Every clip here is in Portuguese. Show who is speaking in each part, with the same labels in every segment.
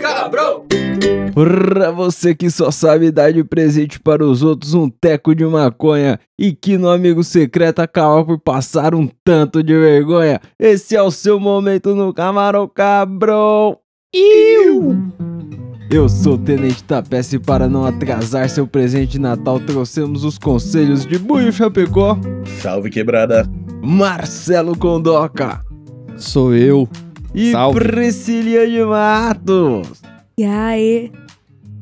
Speaker 1: Cabrão!
Speaker 2: Pra você que só sabe dar de presente para os outros um teco de maconha e que no amigo secreto acaba por passar um tanto de vergonha, esse é o seu momento no Camarão Cabrão. Eu sou o Tenente Tapece e para não atrasar seu presente de Natal trouxemos os conselhos de Buio Chapecó,
Speaker 1: Salve quebrada!
Speaker 2: Marcelo Condoca
Speaker 3: Sou eu.
Speaker 2: e
Speaker 3: Salve.
Speaker 2: Priscilia de Matos.
Speaker 4: E aí,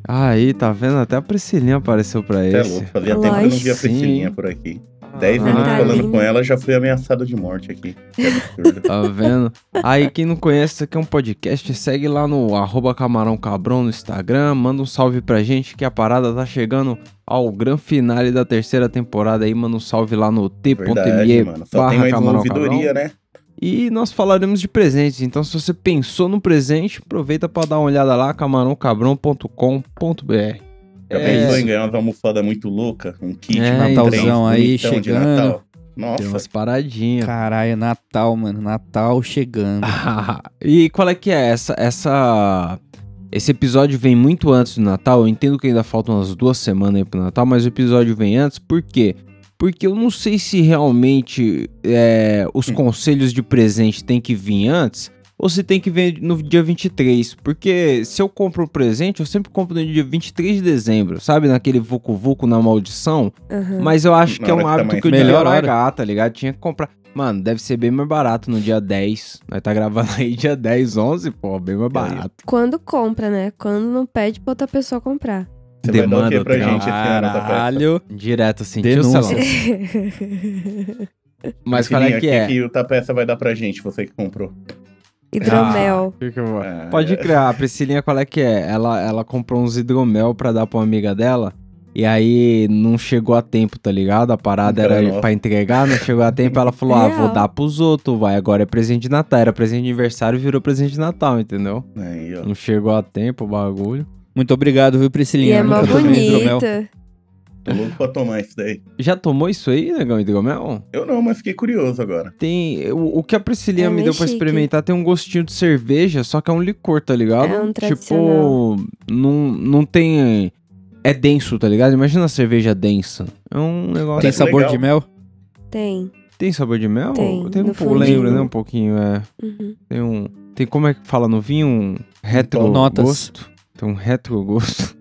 Speaker 2: Aí, tá vendo? Até a Priscilinha apareceu pra
Speaker 1: Você é
Speaker 2: esse.
Speaker 1: louco, fazia tempo que eu não via a
Speaker 2: Lógico.
Speaker 1: Priscilinha por aqui. Dez minutos
Speaker 4: tá
Speaker 1: falando
Speaker 4: lindo.
Speaker 1: com ela, já fui ameaçado de morte aqui. Que absurdo.
Speaker 2: Tá vendo? Aí, quem não conhece, isso aqui é um podcast. Segue lá no arroba Camarão Cabrão no Instagram. Manda um salve pra gente que a parada tá chegando ao grande finale da terceira temporada aí. Manda um salve lá no
Speaker 1: Verdade,
Speaker 2: t.me
Speaker 1: mano. Só
Speaker 2: barra
Speaker 1: tem mais uma
Speaker 2: Camarão
Speaker 1: ouvidoria,
Speaker 2: Cabrão.
Speaker 1: né?
Speaker 2: E nós falaremos de presentes. Então, se você pensou no presente, aproveita pra dar uma olhada lá, camarãocabrão.com.br.
Speaker 1: Já
Speaker 2: É.
Speaker 1: pensou em ganhar umas almofadas muito louca? Um kit,
Speaker 2: É,
Speaker 1: um
Speaker 2: Natalzão
Speaker 1: trem
Speaker 3: aí
Speaker 1: bonitão de
Speaker 3: chegando.
Speaker 1: Natal.
Speaker 2: Tem
Speaker 1: Nossa,
Speaker 2: umas paradinhas.
Speaker 3: Caralho, é Natal, mano. Natal chegando.
Speaker 2: Ah, e qual é que é essa essa esse episódio vem muito antes do Natal. Eu entendo que ainda faltam umas duas semanas aí pro Natal, mas o episódio vem antes por quê? Porque eu não sei se realmente é, os
Speaker 1: Hum.
Speaker 2: conselhos de presente tem que vir antes ou se tem que vir no dia 23. Porque se eu compro um presente, eu sempre compro no dia 23 de dezembro, sabe? Naquele Vucu Vucu na maldição.
Speaker 4: Aham.
Speaker 2: Mas eu acho
Speaker 1: Na
Speaker 2: que é
Speaker 1: hora
Speaker 2: um
Speaker 1: que tá
Speaker 2: hábito
Speaker 1: mais
Speaker 2: que eu
Speaker 3: caro.
Speaker 2: devia
Speaker 3: Melhor hora.
Speaker 2: largar, tá ligado? Tinha que comprar. Mano, deve ser bem mais barato no dia 10. Nós tá gravando aí dia 10, 11, pô, bem mais barato.
Speaker 4: quando compra, né? Quando não pede pra outra pessoa comprar.
Speaker 1: você vai dar o quê pra
Speaker 2: tá
Speaker 1: gente é esse ano, Tapete?
Speaker 3: Caralho.
Speaker 2: Direto assim,
Speaker 3: Denúncia.
Speaker 2: tio Celão. Mas qual
Speaker 1: Priscilinha,
Speaker 2: é que é?
Speaker 1: O que, que o Tapeça vai dar pra gente, você que comprou?
Speaker 4: Hidromel.
Speaker 2: Que que eu vou-
Speaker 1: Ah,
Speaker 2: Pode
Speaker 1: é.
Speaker 2: criar, a Priscilinha, qual é que é? Ela, ela comprou uns hidromel pra dar pra uma amiga dela. E aí não chegou a tempo, tá ligado? A parada
Speaker 1: Cara,
Speaker 2: era
Speaker 1: nossa.
Speaker 2: pra entregar, não chegou a tempo. Ela falou: ah,
Speaker 4: Real.
Speaker 2: vou dar pros outros, vai. Agora é presente de Natal. Era presente de aniversário virou presente de Natal, entendeu?
Speaker 1: Aí, ó.
Speaker 2: Não chegou a tempo o bagulho.
Speaker 3: Muito obrigado, viu,
Speaker 4: E
Speaker 3: Priscilinha?
Speaker 4: é mó
Speaker 3: Nunca tomei hidromel.
Speaker 4: bonita.
Speaker 1: Tô louco pra tomar isso daí.
Speaker 2: Já tomou isso aí, negão hidromel?
Speaker 1: Eu não, mas fiquei curioso agora.
Speaker 2: Tem. O, o que a Priscilinha
Speaker 4: É
Speaker 2: me
Speaker 4: meio
Speaker 2: deu pra
Speaker 4: chique.
Speaker 2: experimentar tem um gostinho de cerveja, só que é um licor, tá ligado?
Speaker 4: É um
Speaker 2: tipo,
Speaker 4: tradicional.
Speaker 2: não, não tem. É denso, tá ligado? Imagina a cerveja densa. É um negócio.
Speaker 3: Tem
Speaker 1: Parece
Speaker 3: sabor
Speaker 1: legal.
Speaker 3: de mel?
Speaker 4: Tem.
Speaker 2: Tem sabor de mel?
Speaker 4: Tem,
Speaker 2: um
Speaker 4: no
Speaker 2: pouco.
Speaker 4: fundinho.
Speaker 2: Lembra, né? Um pouquinho, é.
Speaker 4: Uhum.
Speaker 2: Tem um. Tem como é que fala no vinho? Um retro
Speaker 3: Notas.
Speaker 2: gosto. Tem um retro gosto.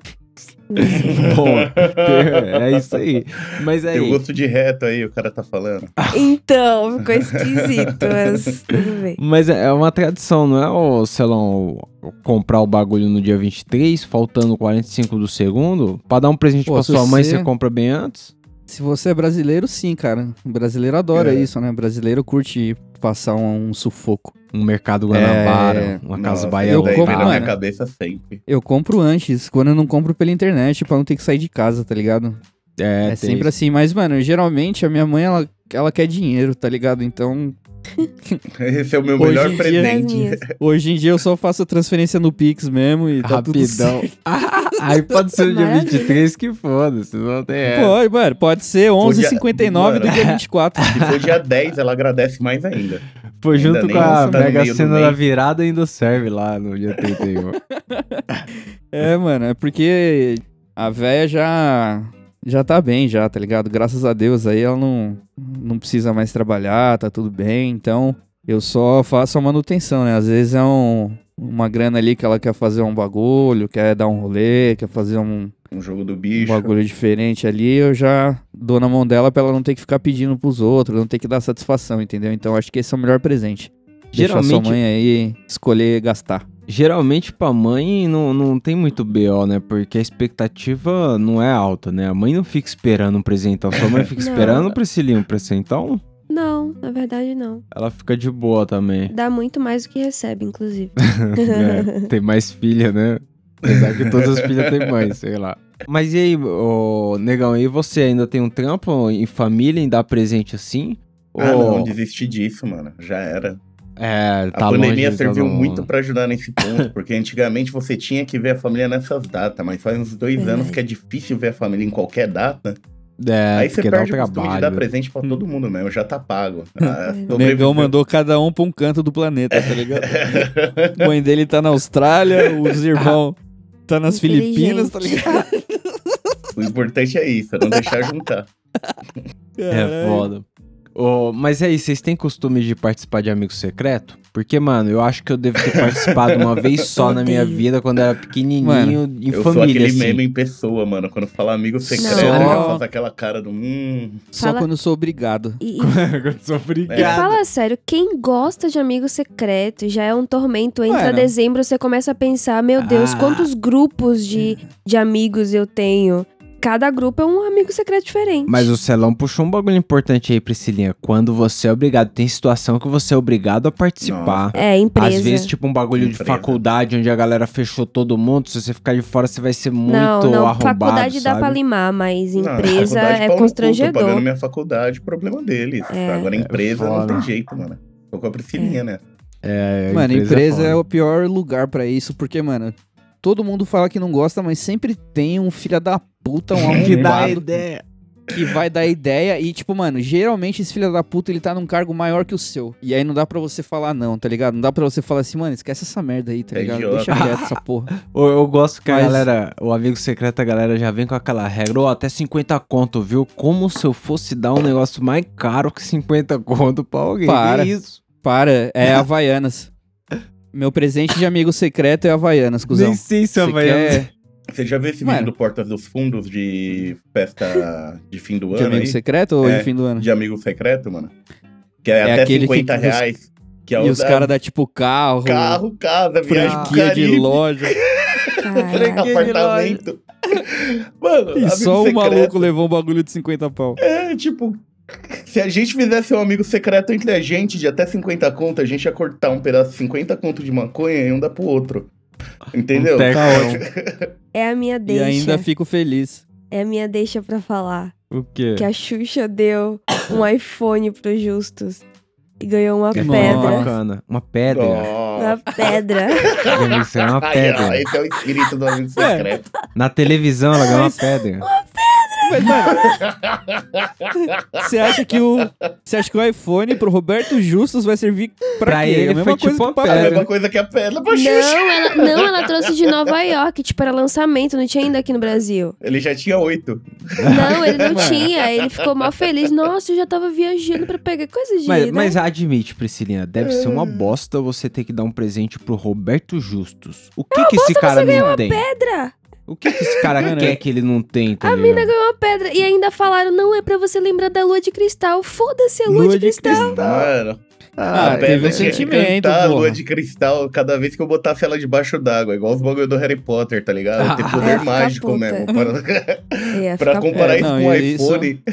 Speaker 2: Bom, é isso aí. Mas aí.
Speaker 3: um
Speaker 1: Tem o gosto de reto aí, o cara tá falando.
Speaker 4: Então, ficou esquisito, mas tudo bem.
Speaker 2: Mas é é uma tradição, não é, ô, Celão, comprar o bagulho no dia 23, faltando 45 do segundo? Pra dar um presente
Speaker 3: Pô,
Speaker 2: pra
Speaker 3: se
Speaker 2: sua mãe,
Speaker 3: você-
Speaker 2: você compra bem antes?
Speaker 3: Se você é brasileiro, sim, cara. O brasileiro adora
Speaker 1: É.
Speaker 3: isso, né? O brasileiro curte passar um, um sufoco.
Speaker 2: Um mercado Guanabara,
Speaker 3: É,
Speaker 2: uma casa né?
Speaker 1: Bahia
Speaker 2: Bahia
Speaker 3: eu
Speaker 1: Eu
Speaker 3: compro,
Speaker 1: compro, na minha
Speaker 3: mano.
Speaker 1: cabeça sempre.
Speaker 3: Eu compro antes, quando eu não compro pela internet, pra não ter que sair de casa, tá ligado?
Speaker 2: É,
Speaker 3: É,
Speaker 2: tem
Speaker 3: sempre
Speaker 2: isso.
Speaker 3: assim. Mas, mano, geralmente a minha mãe, ela, ela quer dinheiro, tá ligado? Então,
Speaker 1: Esse é o meu
Speaker 3: Hoje
Speaker 1: melhor
Speaker 3: em dia-
Speaker 4: Nas
Speaker 2: é
Speaker 1: presente.
Speaker 4: minhas.
Speaker 3: hoje em dia eu só faço transferência no Pix mesmo e tá tudo certo.
Speaker 2: Rapidão. Aí pode ser o dia
Speaker 4: Maravilha.
Speaker 2: 23 que foda-se, não tem essa.
Speaker 3: Pode, mano, pode ser
Speaker 1: Podia-
Speaker 3: 11h59 do
Speaker 1: Mano.
Speaker 3: dia 24.
Speaker 1: Se for dia 10, ela agradece mais ainda.
Speaker 2: Pô, junto
Speaker 1: nem
Speaker 2: com a
Speaker 1: lança no
Speaker 2: mega
Speaker 1: meio do
Speaker 2: cena
Speaker 1: mês.
Speaker 2: da virada ainda serve lá no dia 31.
Speaker 3: É, mano, é porque a véia já já tá bem já, tá ligado? Graças a Deus aí ela não não precisa mais trabalhar, tá tudo bem. Então, eu só faço a manutenção, né? Às vezes é um uma grana ali que ela quer fazer um bagulho, quer dar um rolê, quer fazer um,
Speaker 1: Um jogo do
Speaker 3: um
Speaker 1: bicho.
Speaker 3: bagulho diferente ali, eu já dou na mão dela pra ela não ter que ficar pedindo pros outros, não ter que dar satisfação, entendeu? Então, acho que esse é o melhor presente. Deixar sua
Speaker 2: Geralmente-
Speaker 3: mãe aí escolher gastar.
Speaker 2: Geralmente pra mãe não, não tem muito BO, né? Porque a expectativa não é alta, né? A mãe não fica esperando um presentão. Sua mãe fica
Speaker 4: Não.
Speaker 2: esperando, Priscilinha, um presentão?
Speaker 4: Não, na verdade não.
Speaker 2: Ela fica de boa também.
Speaker 4: Dá muito mais do que recebe, inclusive.
Speaker 2: É, tem mais filha, né? Apesar que todas as filhas têm mãe, sei lá. Mas e aí, ô, negão, e você ainda tem um trampo em família em dar presente assim?
Speaker 1: Ah,
Speaker 2: Ou-
Speaker 1: não, desisti disso, mano. Já era.
Speaker 2: É,
Speaker 1: A
Speaker 2: tá
Speaker 1: pandemia
Speaker 2: longe, tá
Speaker 1: serviu
Speaker 2: longe.
Speaker 1: muito pra ajudar nesse ponto, porque antigamente você tinha que ver a família nessas datas, mas faz uns dois
Speaker 4: Verdade.
Speaker 1: anos que é difícil ver a família em qualquer data.
Speaker 2: É,
Speaker 1: aí você
Speaker 2: porque dá um
Speaker 1: perde o costume de dar
Speaker 2: trabalho.
Speaker 1: presente pra todo mundo mesmo, já tá pago. Ah,
Speaker 3: O
Speaker 1: sobrevi-
Speaker 3: negão mandou cada um pra um canto do planeta, tá ligado? A mãe dele tá na Austrália, os irmãos tá nas
Speaker 4: Inteligente.
Speaker 3: Filipinas, tá ligado?
Speaker 1: o importante é isso, é não deixar juntar.
Speaker 2: É foda. Ô, mas e aí, vocês têm costume de participar de amigo secreto? Porque, mano, eu acho que eu devo ter participado uma vez só na minha
Speaker 4: Odeio.
Speaker 2: vida, quando era pequenininho, em
Speaker 1: eu sou
Speaker 2: família,
Speaker 1: aquele
Speaker 2: assim.
Speaker 1: meme em pessoa, mano. Quando fala amigo secreto,
Speaker 4: Só-
Speaker 1: ele já faz aquela cara do. Hum,
Speaker 3: Só
Speaker 4: Fala-
Speaker 3: quando eu sou obrigado. É,
Speaker 4: E, e
Speaker 2: Eu sou obrigado.
Speaker 4: fala sério, quem gosta de amigo secreto já é um tormento. Entra
Speaker 3: Mano.
Speaker 4: dezembro, você começa a pensar: meu Deus,
Speaker 2: Ah.
Speaker 4: quantos grupos de, de amigos eu tenho? Cada grupo é um amigo secreto diferente.
Speaker 2: Mas o Celão puxou um bagulho importante aí, Priscilinha. Quando você é obrigado, tem situação que você é obrigado a participar.
Speaker 4: É, empresa.
Speaker 2: Às vezes, tipo, um bagulho de
Speaker 1: Empresa.
Speaker 2: faculdade, onde a galera fechou todo mundo. Se você ficar de fora, você vai ser muito
Speaker 4: não, não,
Speaker 2: arrombado,
Speaker 4: faculdade dá
Speaker 2: sabe?
Speaker 4: pra limar, mas
Speaker 1: não,
Speaker 4: empresa
Speaker 1: ah, faculdade, pau no
Speaker 4: é
Speaker 1: cu, Tô pagando
Speaker 4: constrangedor.
Speaker 1: minha faculdade, problema deles.
Speaker 4: É.
Speaker 1: Agora, empresa não
Speaker 2: foda.
Speaker 1: tem jeito, mano. Tô com a Priscilinha, né?
Speaker 2: É,
Speaker 3: Mano, empresa é
Speaker 2: foda.
Speaker 3: o pior lugar pra isso, porque, mano, todo mundo fala que não gosta, mas sempre tem um filho da puta, um
Speaker 2: Que dá
Speaker 3: arrombado
Speaker 2: ideia.
Speaker 3: que vai dar ideia e, tipo, mano, geralmente esse filho da puta, ele tá num cargo maior que o seu. E aí não dá pra você falar não, tá ligado? Não dá pra você falar assim, mano, esquece essa merda aí, tá
Speaker 1: É
Speaker 3: ligado?
Speaker 1: idiota.
Speaker 3: Deixa quieto essa porra.
Speaker 2: Eu, eu gosto que a
Speaker 3: Mas-
Speaker 2: galera, o amigo secreto, a galera já vem com aquela regra, ó, até 50 conto, viu? Como se eu fosse dar um negócio mais caro que 50 conto pra alguém.
Speaker 3: Para.
Speaker 2: Que isso?
Speaker 3: Para, é Havaianas. Meu presente de amigo secreto é Havaianas, cuzão.
Speaker 2: Nem sei se é
Speaker 3: Você
Speaker 2: vai...
Speaker 3: quer
Speaker 1: Você já viu esse
Speaker 3: Mano.
Speaker 1: vídeo do Portas dos Fundos de festa de fim do
Speaker 3: de
Speaker 1: ano
Speaker 3: amigo
Speaker 1: aí?
Speaker 3: secreto ou
Speaker 1: É.
Speaker 3: de fim do ano?
Speaker 1: De amigo secreto, mano? Que é,
Speaker 3: É
Speaker 1: até
Speaker 3: aquele que-
Speaker 1: 50
Speaker 3: que os-
Speaker 1: reais. Que é
Speaker 3: e
Speaker 1: o
Speaker 3: os
Speaker 1: da-
Speaker 3: caras dá tipo carro,
Speaker 1: Carro, casa, viagem pro
Speaker 3: franquia de
Speaker 1: Caribe,
Speaker 3: loja.
Speaker 4: Caraca.
Speaker 1: apartamento. Mano,
Speaker 3: E
Speaker 1: amigo
Speaker 3: só o
Speaker 1: secreto.
Speaker 3: maluco levou um bagulho de 50 pau.
Speaker 1: É, tipo, se a gente fizesse um amigo secreto entre a gente de até 50 conto, a gente ia cortar um pedaço de 50 conto de maconha e um dar pro outro. Entendeu?
Speaker 2: Um teco.
Speaker 3: Tá ótimo.
Speaker 4: É a minha
Speaker 3: E
Speaker 4: deixa.
Speaker 3: ainda fico feliz.
Speaker 4: É a minha deixa pra falar.
Speaker 2: O quê?
Speaker 4: Que a Xuxa deu um iPhone pro Justus. E ganhou uma
Speaker 3: Que
Speaker 4: pedra.
Speaker 2: Bacana. Uma pedra.
Speaker 1: Nossa.
Speaker 4: Uma pedra.
Speaker 2: Isso é uma
Speaker 1: Aí, ó,
Speaker 2: pedra.
Speaker 1: esse é o espírito do amigo
Speaker 3: É,
Speaker 1: secreto.
Speaker 2: Na televisão ela ganhou uma pedra.
Speaker 3: Mas, mano, você acha que o. Você acha que o iPhone pro Roberto Justus vai servir pra,
Speaker 2: Pra
Speaker 3: quê? É
Speaker 2: ele
Speaker 3: a mesma
Speaker 2: foi
Speaker 3: coisa
Speaker 2: tipo
Speaker 3: que
Speaker 2: a
Speaker 3: o papel.
Speaker 1: É a
Speaker 2: pedra.
Speaker 1: mesma coisa que a pedra pra Xuxa.
Speaker 4: não, ela, não, ela trouxe de Nova York, tipo, era lançamento, não tinha ainda aqui no Brasil.
Speaker 1: Ele já tinha oito.
Speaker 4: Não, ele não
Speaker 3: Mano.
Speaker 4: tinha. Ele ficou mal feliz. Nossa, eu já tava viajando pra pegar coisa de.
Speaker 2: Mas,
Speaker 4: né?
Speaker 2: mas admite, Priscilinha, deve ser
Speaker 4: Ah.
Speaker 2: uma bosta você ter que dar um presente pro Roberto Justus. O que, que esse cara não tem?
Speaker 4: Pedra!
Speaker 2: O que, que esse cara
Speaker 3: Mano,
Speaker 2: quer
Speaker 3: é-
Speaker 2: que ele não tem, tá
Speaker 4: A
Speaker 2: ligado?
Speaker 4: mina ganhou uma pedra. E ainda falaram, não é pra você lembrar da lua de cristal. Foda-se a lua, de cristal.
Speaker 1: Mano.
Speaker 3: Ah,
Speaker 1: a pedra
Speaker 3: teve um
Speaker 1: tinha que
Speaker 3: sentimento,
Speaker 1: cantar a
Speaker 3: porra.
Speaker 1: lua de cristal cada vez que eu botasse ela debaixo d'água. Igual os bagulho do Harry Potter, tá ligado? Tem
Speaker 4: É,
Speaker 1: poder
Speaker 4: fica
Speaker 1: mágico
Speaker 4: puta.
Speaker 1: mesmo. Pra,
Speaker 4: É,
Speaker 1: pra
Speaker 4: fica-
Speaker 1: comparar
Speaker 3: É,
Speaker 1: isso
Speaker 3: não,
Speaker 1: com o
Speaker 3: e isso-
Speaker 1: iPhone...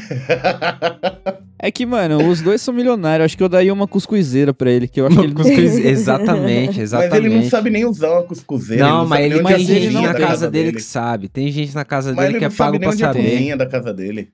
Speaker 3: É que, mano, os dois são milionários. Acho que eu daria uma cuscuzeira pra ele, que eu acho que ele não tem.
Speaker 2: exatamente, exatamente.
Speaker 1: Mas ele não sabe nem usar uma cuscuzeira.
Speaker 2: Não, mas ele
Speaker 3: onde
Speaker 2: tem
Speaker 3: é a
Speaker 2: gente
Speaker 3: cozinha
Speaker 2: na
Speaker 3: da
Speaker 2: casa dele que sabe. Tem gente na casa
Speaker 1: Mas
Speaker 2: dele
Speaker 1: ele
Speaker 2: que é
Speaker 1: não
Speaker 2: pago
Speaker 1: sabe nem
Speaker 2: pra
Speaker 1: onde é a
Speaker 2: saber.
Speaker 1: cozinha da casa dele.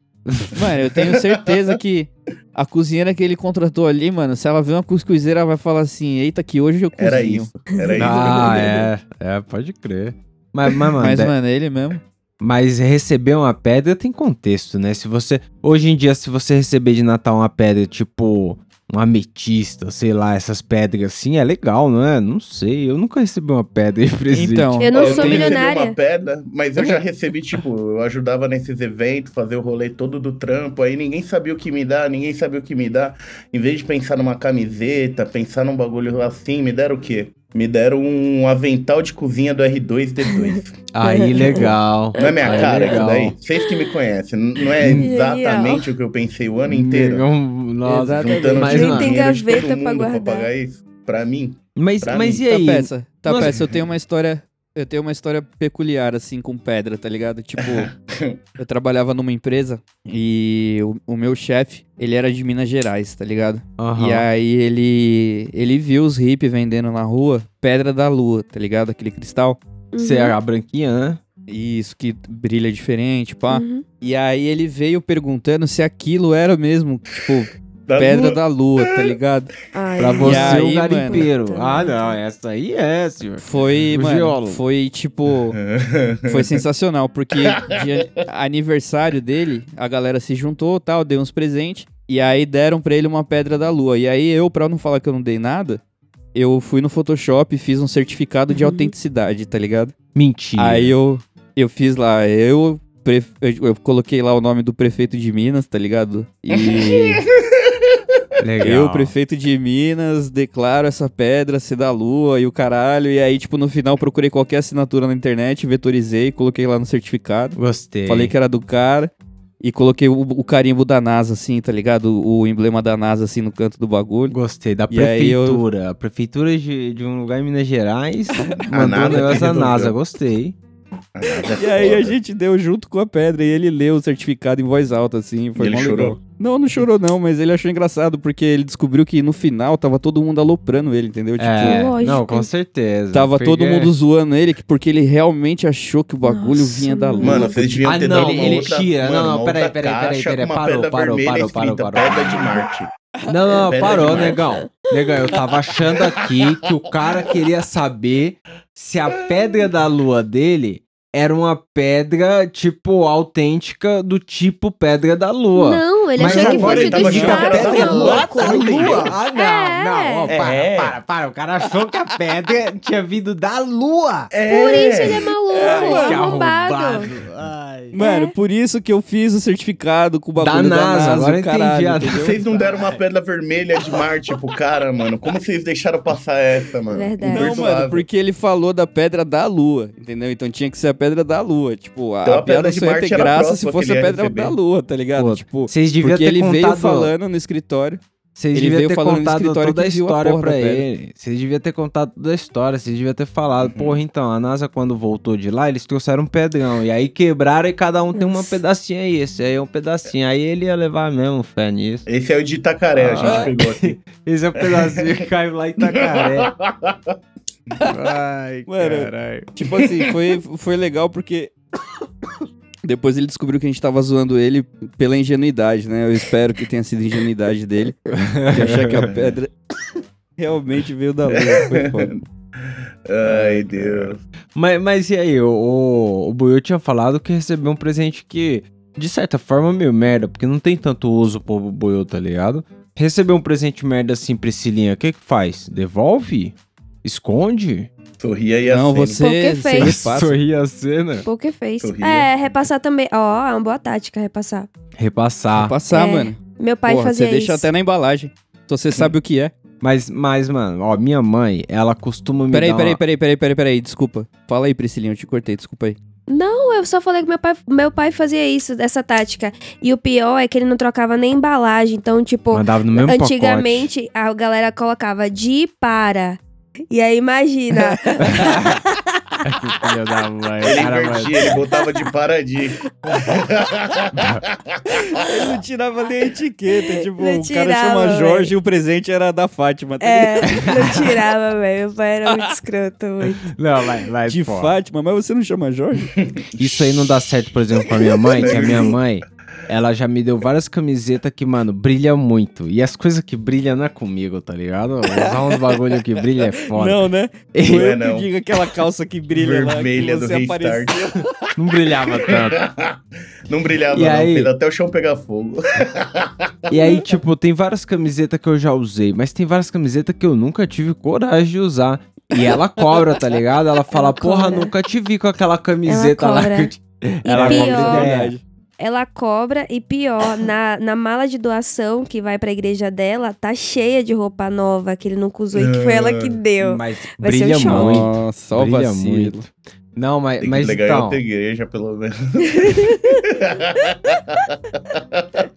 Speaker 3: Mano, eu tenho certeza que a cozinheira que ele contratou ali, mano, se ela vê uma cuscuzeira, ela vai falar assim: eita, que hoje eu cozinho.
Speaker 1: Era isso. Era isso.
Speaker 2: Ah, é. É, pode crer. Mas, mas, mano, é,
Speaker 3: Mas,
Speaker 2: de-
Speaker 3: mano, é ele mesmo.
Speaker 2: Mas receber uma pedra tem contexto, né? Se você. Hoje em dia, se você receber de Natal uma pedra, tipo. Um ametista, sei lá, essas pedras assim, é legal, não é? Não sei, eu nunca recebi uma pedra de presente.
Speaker 3: Então.
Speaker 4: Eu não
Speaker 1: Eu
Speaker 4: sou
Speaker 1: tenho- recebi
Speaker 4: milionária.
Speaker 1: uma pedra, mas eu já recebi, tipo, eu ajudava nesses eventos, fazer o rolê todo do trampo, aí ninguém sabia o que me dar, ninguém sabia o que me dar. Em vez de pensar numa camiseta, pensar num bagulho assim, me deram o quê? Me deram um avental de cozinha do R2D2.
Speaker 2: Aí, legal.
Speaker 1: Não é minha
Speaker 2: Aí,
Speaker 1: cara isso
Speaker 2: legal.
Speaker 1: daí? Vocês que me conhecem, não é
Speaker 4: Genial.
Speaker 1: exatamente o que eu pensei o ano inteiro?
Speaker 2: Legal, Nossa,
Speaker 3: Exatamente.
Speaker 1: juntando
Speaker 2: Mas,
Speaker 1: dinheiro
Speaker 2: mano,
Speaker 1: de
Speaker 4: Nem tem
Speaker 1: todo
Speaker 4: gaveta pra
Speaker 1: mundo
Speaker 4: guardar.
Speaker 1: pagar isso. Pra mim,
Speaker 2: mas,
Speaker 1: Pra
Speaker 2: mas
Speaker 1: mim.
Speaker 2: e aí?
Speaker 3: Tá peça, tá
Speaker 2: Nossa.
Speaker 3: peça. Eu tenho uma história, eu tenho uma história peculiar assim com pedra, tá ligado? Tipo, eu trabalhava numa empresa e o, o meu chefe, ele era de Minas Gerais, tá ligado?
Speaker 2: Aham.
Speaker 3: E aí ele ele viu os hippies vendendo na rua pedra da lua, tá ligado? Aquele cristal.
Speaker 4: Uhum,
Speaker 2: Você é a branquinha, né?
Speaker 3: Isso que brilha diferente, pá.
Speaker 4: uhum.
Speaker 3: E aí ele veio perguntando se aquilo era mesmo, tipo,
Speaker 1: Da
Speaker 3: Pedra
Speaker 1: lua.
Speaker 3: da Lua, tá ligado?
Speaker 4: Ai,
Speaker 2: Pra você,
Speaker 3: aí, Então, né?
Speaker 2: o garimpeiro.
Speaker 4: mano?
Speaker 2: Ah, não, essa aí é, senhor.
Speaker 3: Foi,
Speaker 2: O
Speaker 3: mano,
Speaker 2: geólogo.
Speaker 3: foi tipo.
Speaker 1: Ah,
Speaker 3: Foi sensacional, porque de aniversário dele, a galera se juntou tal, deu uns presentes. E aí deram pra ele uma pedra da lua. E aí eu, pra não falar que eu não dei nada, eu fui no Photoshop e fiz um certificado de autenticidade, tá ligado?
Speaker 2: Mentira.
Speaker 3: Aí eu, eu fiz lá, eu, pre- eu, eu coloquei lá o nome do prefeito de Minas, tá ligado? E
Speaker 2: Legal.
Speaker 3: eu, prefeito de Minas, declaro essa pedra ser da lua e o caralho. E aí, tipo, no final procurei qualquer assinatura na internet, vetorizei, coloquei lá no certificado.
Speaker 2: Gostei.
Speaker 3: Falei que era do cara e coloquei o, o carimbo da NASA, assim, tá ligado? O, o emblema da NASA, assim, no canto do bagulho.
Speaker 2: Gostei, da
Speaker 3: E aí eu-
Speaker 2: prefeitura. A prefeitura de, de um lugar em Minas Gerais
Speaker 3: Ah,
Speaker 2: mandou
Speaker 1: NASA
Speaker 2: um
Speaker 1: que
Speaker 2: negócio à
Speaker 1: resolveu.
Speaker 2: NASA, gostei.
Speaker 1: Ah, nada
Speaker 3: E aí
Speaker 1: foda.
Speaker 3: a gente deu junto com a pedra e ele leu o certificado em voz alta, assim. Foi
Speaker 1: E ele
Speaker 3: mó
Speaker 1: chorou?
Speaker 3: legal. Não, não chorou não, mas ele achou engraçado porque ele descobriu que no final tava todo mundo aloprando ele, entendeu? Tipo,
Speaker 2: É,
Speaker 4: lógico.
Speaker 2: não, com certeza.
Speaker 3: Tava
Speaker 2: Porque-
Speaker 3: todo mundo zoando ele que- porque ele realmente achou que o bagulho
Speaker 4: Nossa,
Speaker 3: vinha da
Speaker 4: mano.
Speaker 3: lua.
Speaker 1: Mano, vocês deviam
Speaker 2: Ah,
Speaker 1: ter
Speaker 2: não,
Speaker 1: dado uma
Speaker 2: ele
Speaker 1: outra,
Speaker 2: tira.
Speaker 1: mano,
Speaker 2: Não, não,
Speaker 1: uma
Speaker 2: peraí,
Speaker 1: outra
Speaker 2: peraí, peraí,
Speaker 1: caixa
Speaker 2: peraí,
Speaker 1: com uma
Speaker 2: parou,
Speaker 1: pedra
Speaker 2: parou,
Speaker 1: vermelha
Speaker 2: parou,
Speaker 1: escrita
Speaker 2: parou, parou.
Speaker 1: Pedra de Marte.
Speaker 2: Não, não,
Speaker 1: Pera
Speaker 2: parou,
Speaker 1: demais.
Speaker 2: negão. Negão, eu tava achando aqui que o cara queria saber se a pedra da lua dele era uma pedra, tipo, autêntica do tipo pedra da lua.
Speaker 4: Não, ele
Speaker 2: Mas
Speaker 4: achou que
Speaker 2: agora
Speaker 4: fosse
Speaker 2: ele
Speaker 4: do
Speaker 2: tava achando
Speaker 1: que era
Speaker 4: espaço,
Speaker 1: da lua.
Speaker 4: maluco.
Speaker 1: tá
Speaker 2: lua.
Speaker 1: lua.
Speaker 2: Ah, não,
Speaker 4: É.
Speaker 2: não, ó, para,
Speaker 1: É.
Speaker 2: para, para. O cara achou que a pedra tinha vindo da lua.
Speaker 1: É.
Speaker 4: Por isso ele é maluco,
Speaker 2: Ai, que
Speaker 4: arrombado.
Speaker 2: Ai.
Speaker 3: tá Mano, por isso que eu fiz o certificado com o
Speaker 2: Da
Speaker 3: bagulho da NASA,
Speaker 2: NASA, agora eu
Speaker 3: o caralho, tá
Speaker 2: entendi.
Speaker 3: entendeu?
Speaker 1: Vocês não deram uma
Speaker 4: É.
Speaker 1: pedra vermelha de Marte pro cara, mano. Como vocês deixaram passar essa, mano?
Speaker 4: Verdade.
Speaker 3: Não, mano,
Speaker 1: Imperdoável.
Speaker 3: porque ele falou da pedra da lua, entendeu? Então tinha que ser a pedra da lua. Tipo, a,
Speaker 1: Então a
Speaker 3: a piada
Speaker 1: pedra de
Speaker 3: só ia ter
Speaker 1: Marte era a
Speaker 3: graça se
Speaker 1: próxima que
Speaker 3: fosse
Speaker 1: ele
Speaker 3: a
Speaker 1: ia
Speaker 3: pedra
Speaker 1: receber.
Speaker 3: da lua, tá ligado?
Speaker 2: Pô,
Speaker 3: tipo,
Speaker 2: Vocês deviam
Speaker 3: porque
Speaker 2: ter
Speaker 3: ele veio
Speaker 2: contado...
Speaker 3: falando no escritório.
Speaker 2: Vocês
Speaker 3: Ele
Speaker 2: deviam
Speaker 3: veio
Speaker 2: ter
Speaker 3: falando no
Speaker 2: contado
Speaker 3: escritório
Speaker 2: toda a
Speaker 3: que viu a
Speaker 2: história
Speaker 3: porra
Speaker 2: pra
Speaker 3: da pedra. Uhum.
Speaker 2: ele. Vocês deviam ter contado toda a história. Vocês deviam ter falado. Porra, então, a NASA quando voltou de lá, eles trouxeram um pedrão. E aí quebraram e cada um tem um
Speaker 4: Nossa.
Speaker 2: pedacinho aí. Esse aí é um pedacinho. Aí ele ia levar mesmo fé nisso.
Speaker 1: Esse é o de Itacaré, a
Speaker 2: Ah.
Speaker 1: gente pegou aqui.
Speaker 2: Esse é o pedacinho que caiu lá em Itacaré. Ai,
Speaker 3: Mano,
Speaker 2: caralho.
Speaker 3: Tipo assim, foi, foi legal porque. Depois ele descobriu que a gente tava zoando ele pela ingenuidade, né? Eu espero que tenha sido ingenuidade dele. De achar que a pedra realmente veio da lua. Foi foda.
Speaker 1: Ai, Deus.
Speaker 2: Mas, mas e aí, o, o, o Buiu tinha falado que recebeu um presente que, de certa forma, é meio merda, porque não tem tanto uso pro Buiu, tá ligado? Receber um presente merda assim, Priscilinha, o que que faz? Devolve? Esconde?
Speaker 1: Sorria assim. e
Speaker 3: Não,
Speaker 1: acena.
Speaker 3: você,
Speaker 4: Poker
Speaker 3: você
Speaker 4: face.
Speaker 3: repassa.
Speaker 2: Sorri a cena.
Speaker 4: Poker face.
Speaker 1: Sorria.
Speaker 4: É, repassar também. Ó, é uma boa tática repassar.
Speaker 2: Repassar.
Speaker 3: Passar,
Speaker 4: É,
Speaker 3: mano.
Speaker 4: Meu pai
Speaker 3: Porra,
Speaker 4: fazia
Speaker 3: você deixa
Speaker 4: isso.
Speaker 3: até na embalagem. Se você sabe o que é.
Speaker 2: Mas, mas, mano, ó, minha mãe, ela costuma me
Speaker 3: Peraí,
Speaker 2: dar
Speaker 3: peraí,
Speaker 2: uma-
Speaker 3: peraí, peraí, peraí, peraí. Desculpa. Fala aí, Priscilinha, eu te cortei, desculpa aí.
Speaker 4: Não, eu só falei que meu pai, meu pai fazia isso, essa tática. E o pior é que ele não trocava nem embalagem. Então, tipo,
Speaker 2: Mandava no mesmo pacote.
Speaker 4: antigamente a galera colocava de para. E aí, imagina.
Speaker 2: Filho da mãe,
Speaker 1: Ele
Speaker 2: cara, mas-
Speaker 1: invertia, ele botava de paradis.
Speaker 3: Ele Ah, não tirava nem a etiqueta. Tipo,
Speaker 4: Não
Speaker 3: o cara
Speaker 4: tirava,
Speaker 3: chama
Speaker 4: velho.
Speaker 3: Jorge e o presente era da Fátima. Tá ligado?
Speaker 4: é, não tirava, velho. Meu pai era muito escroto. Muito.
Speaker 2: Não, vai, vai,
Speaker 3: De
Speaker 2: pô.
Speaker 3: Fátima, mas você não chama Jorge?
Speaker 2: Isso aí não dá certo, por exemplo, pra minha mãe, que a minha mãe, ela já me deu várias camisetas que, mano, brilha muito. E as coisas que brilham não é comigo, tá ligado? Usar uns bagulho que brilha é foda. Não,
Speaker 3: Não, né?
Speaker 1: Não
Speaker 3: Foi
Speaker 1: é,
Speaker 3: eu que
Speaker 1: não.
Speaker 3: digo aquela calça que brilha lá,
Speaker 1: Vermelha
Speaker 3: que
Speaker 1: do
Speaker 3: você
Speaker 1: Restart.
Speaker 3: apareceu.
Speaker 2: brilhava tanto.
Speaker 1: Não brilhava,
Speaker 2: E
Speaker 1: não.
Speaker 2: aí?
Speaker 1: Fez até o chão pegar fogo.
Speaker 2: E aí, tipo, tem várias camisetas que eu já usei, mas tem várias camisetas que eu nunca tive coragem de usar. E ela cobra, tá ligado? Ela fala, porra,
Speaker 4: cobra.
Speaker 2: nunca te vi com aquela camiseta lá.
Speaker 4: cobra.
Speaker 2: que eu te-" Ela
Speaker 4: pior-
Speaker 2: cobra É. ideia.
Speaker 4: Ela cobra e pior, na, na mala de doação que vai pra igreja dela, tá cheia de roupa nova que ele nunca usou e que foi ela
Speaker 3: É,
Speaker 4: que deu.
Speaker 2: Mas
Speaker 4: Vai ser um
Speaker 2: brilha
Speaker 4: choque.
Speaker 2: muito.
Speaker 3: Nossa, ó o
Speaker 2: brilha
Speaker 3: vacilo.
Speaker 2: muito. Não, mas,
Speaker 1: Tem que
Speaker 2: mas
Speaker 1: pegar em
Speaker 2: então...
Speaker 1: outra igreja, pelo menos.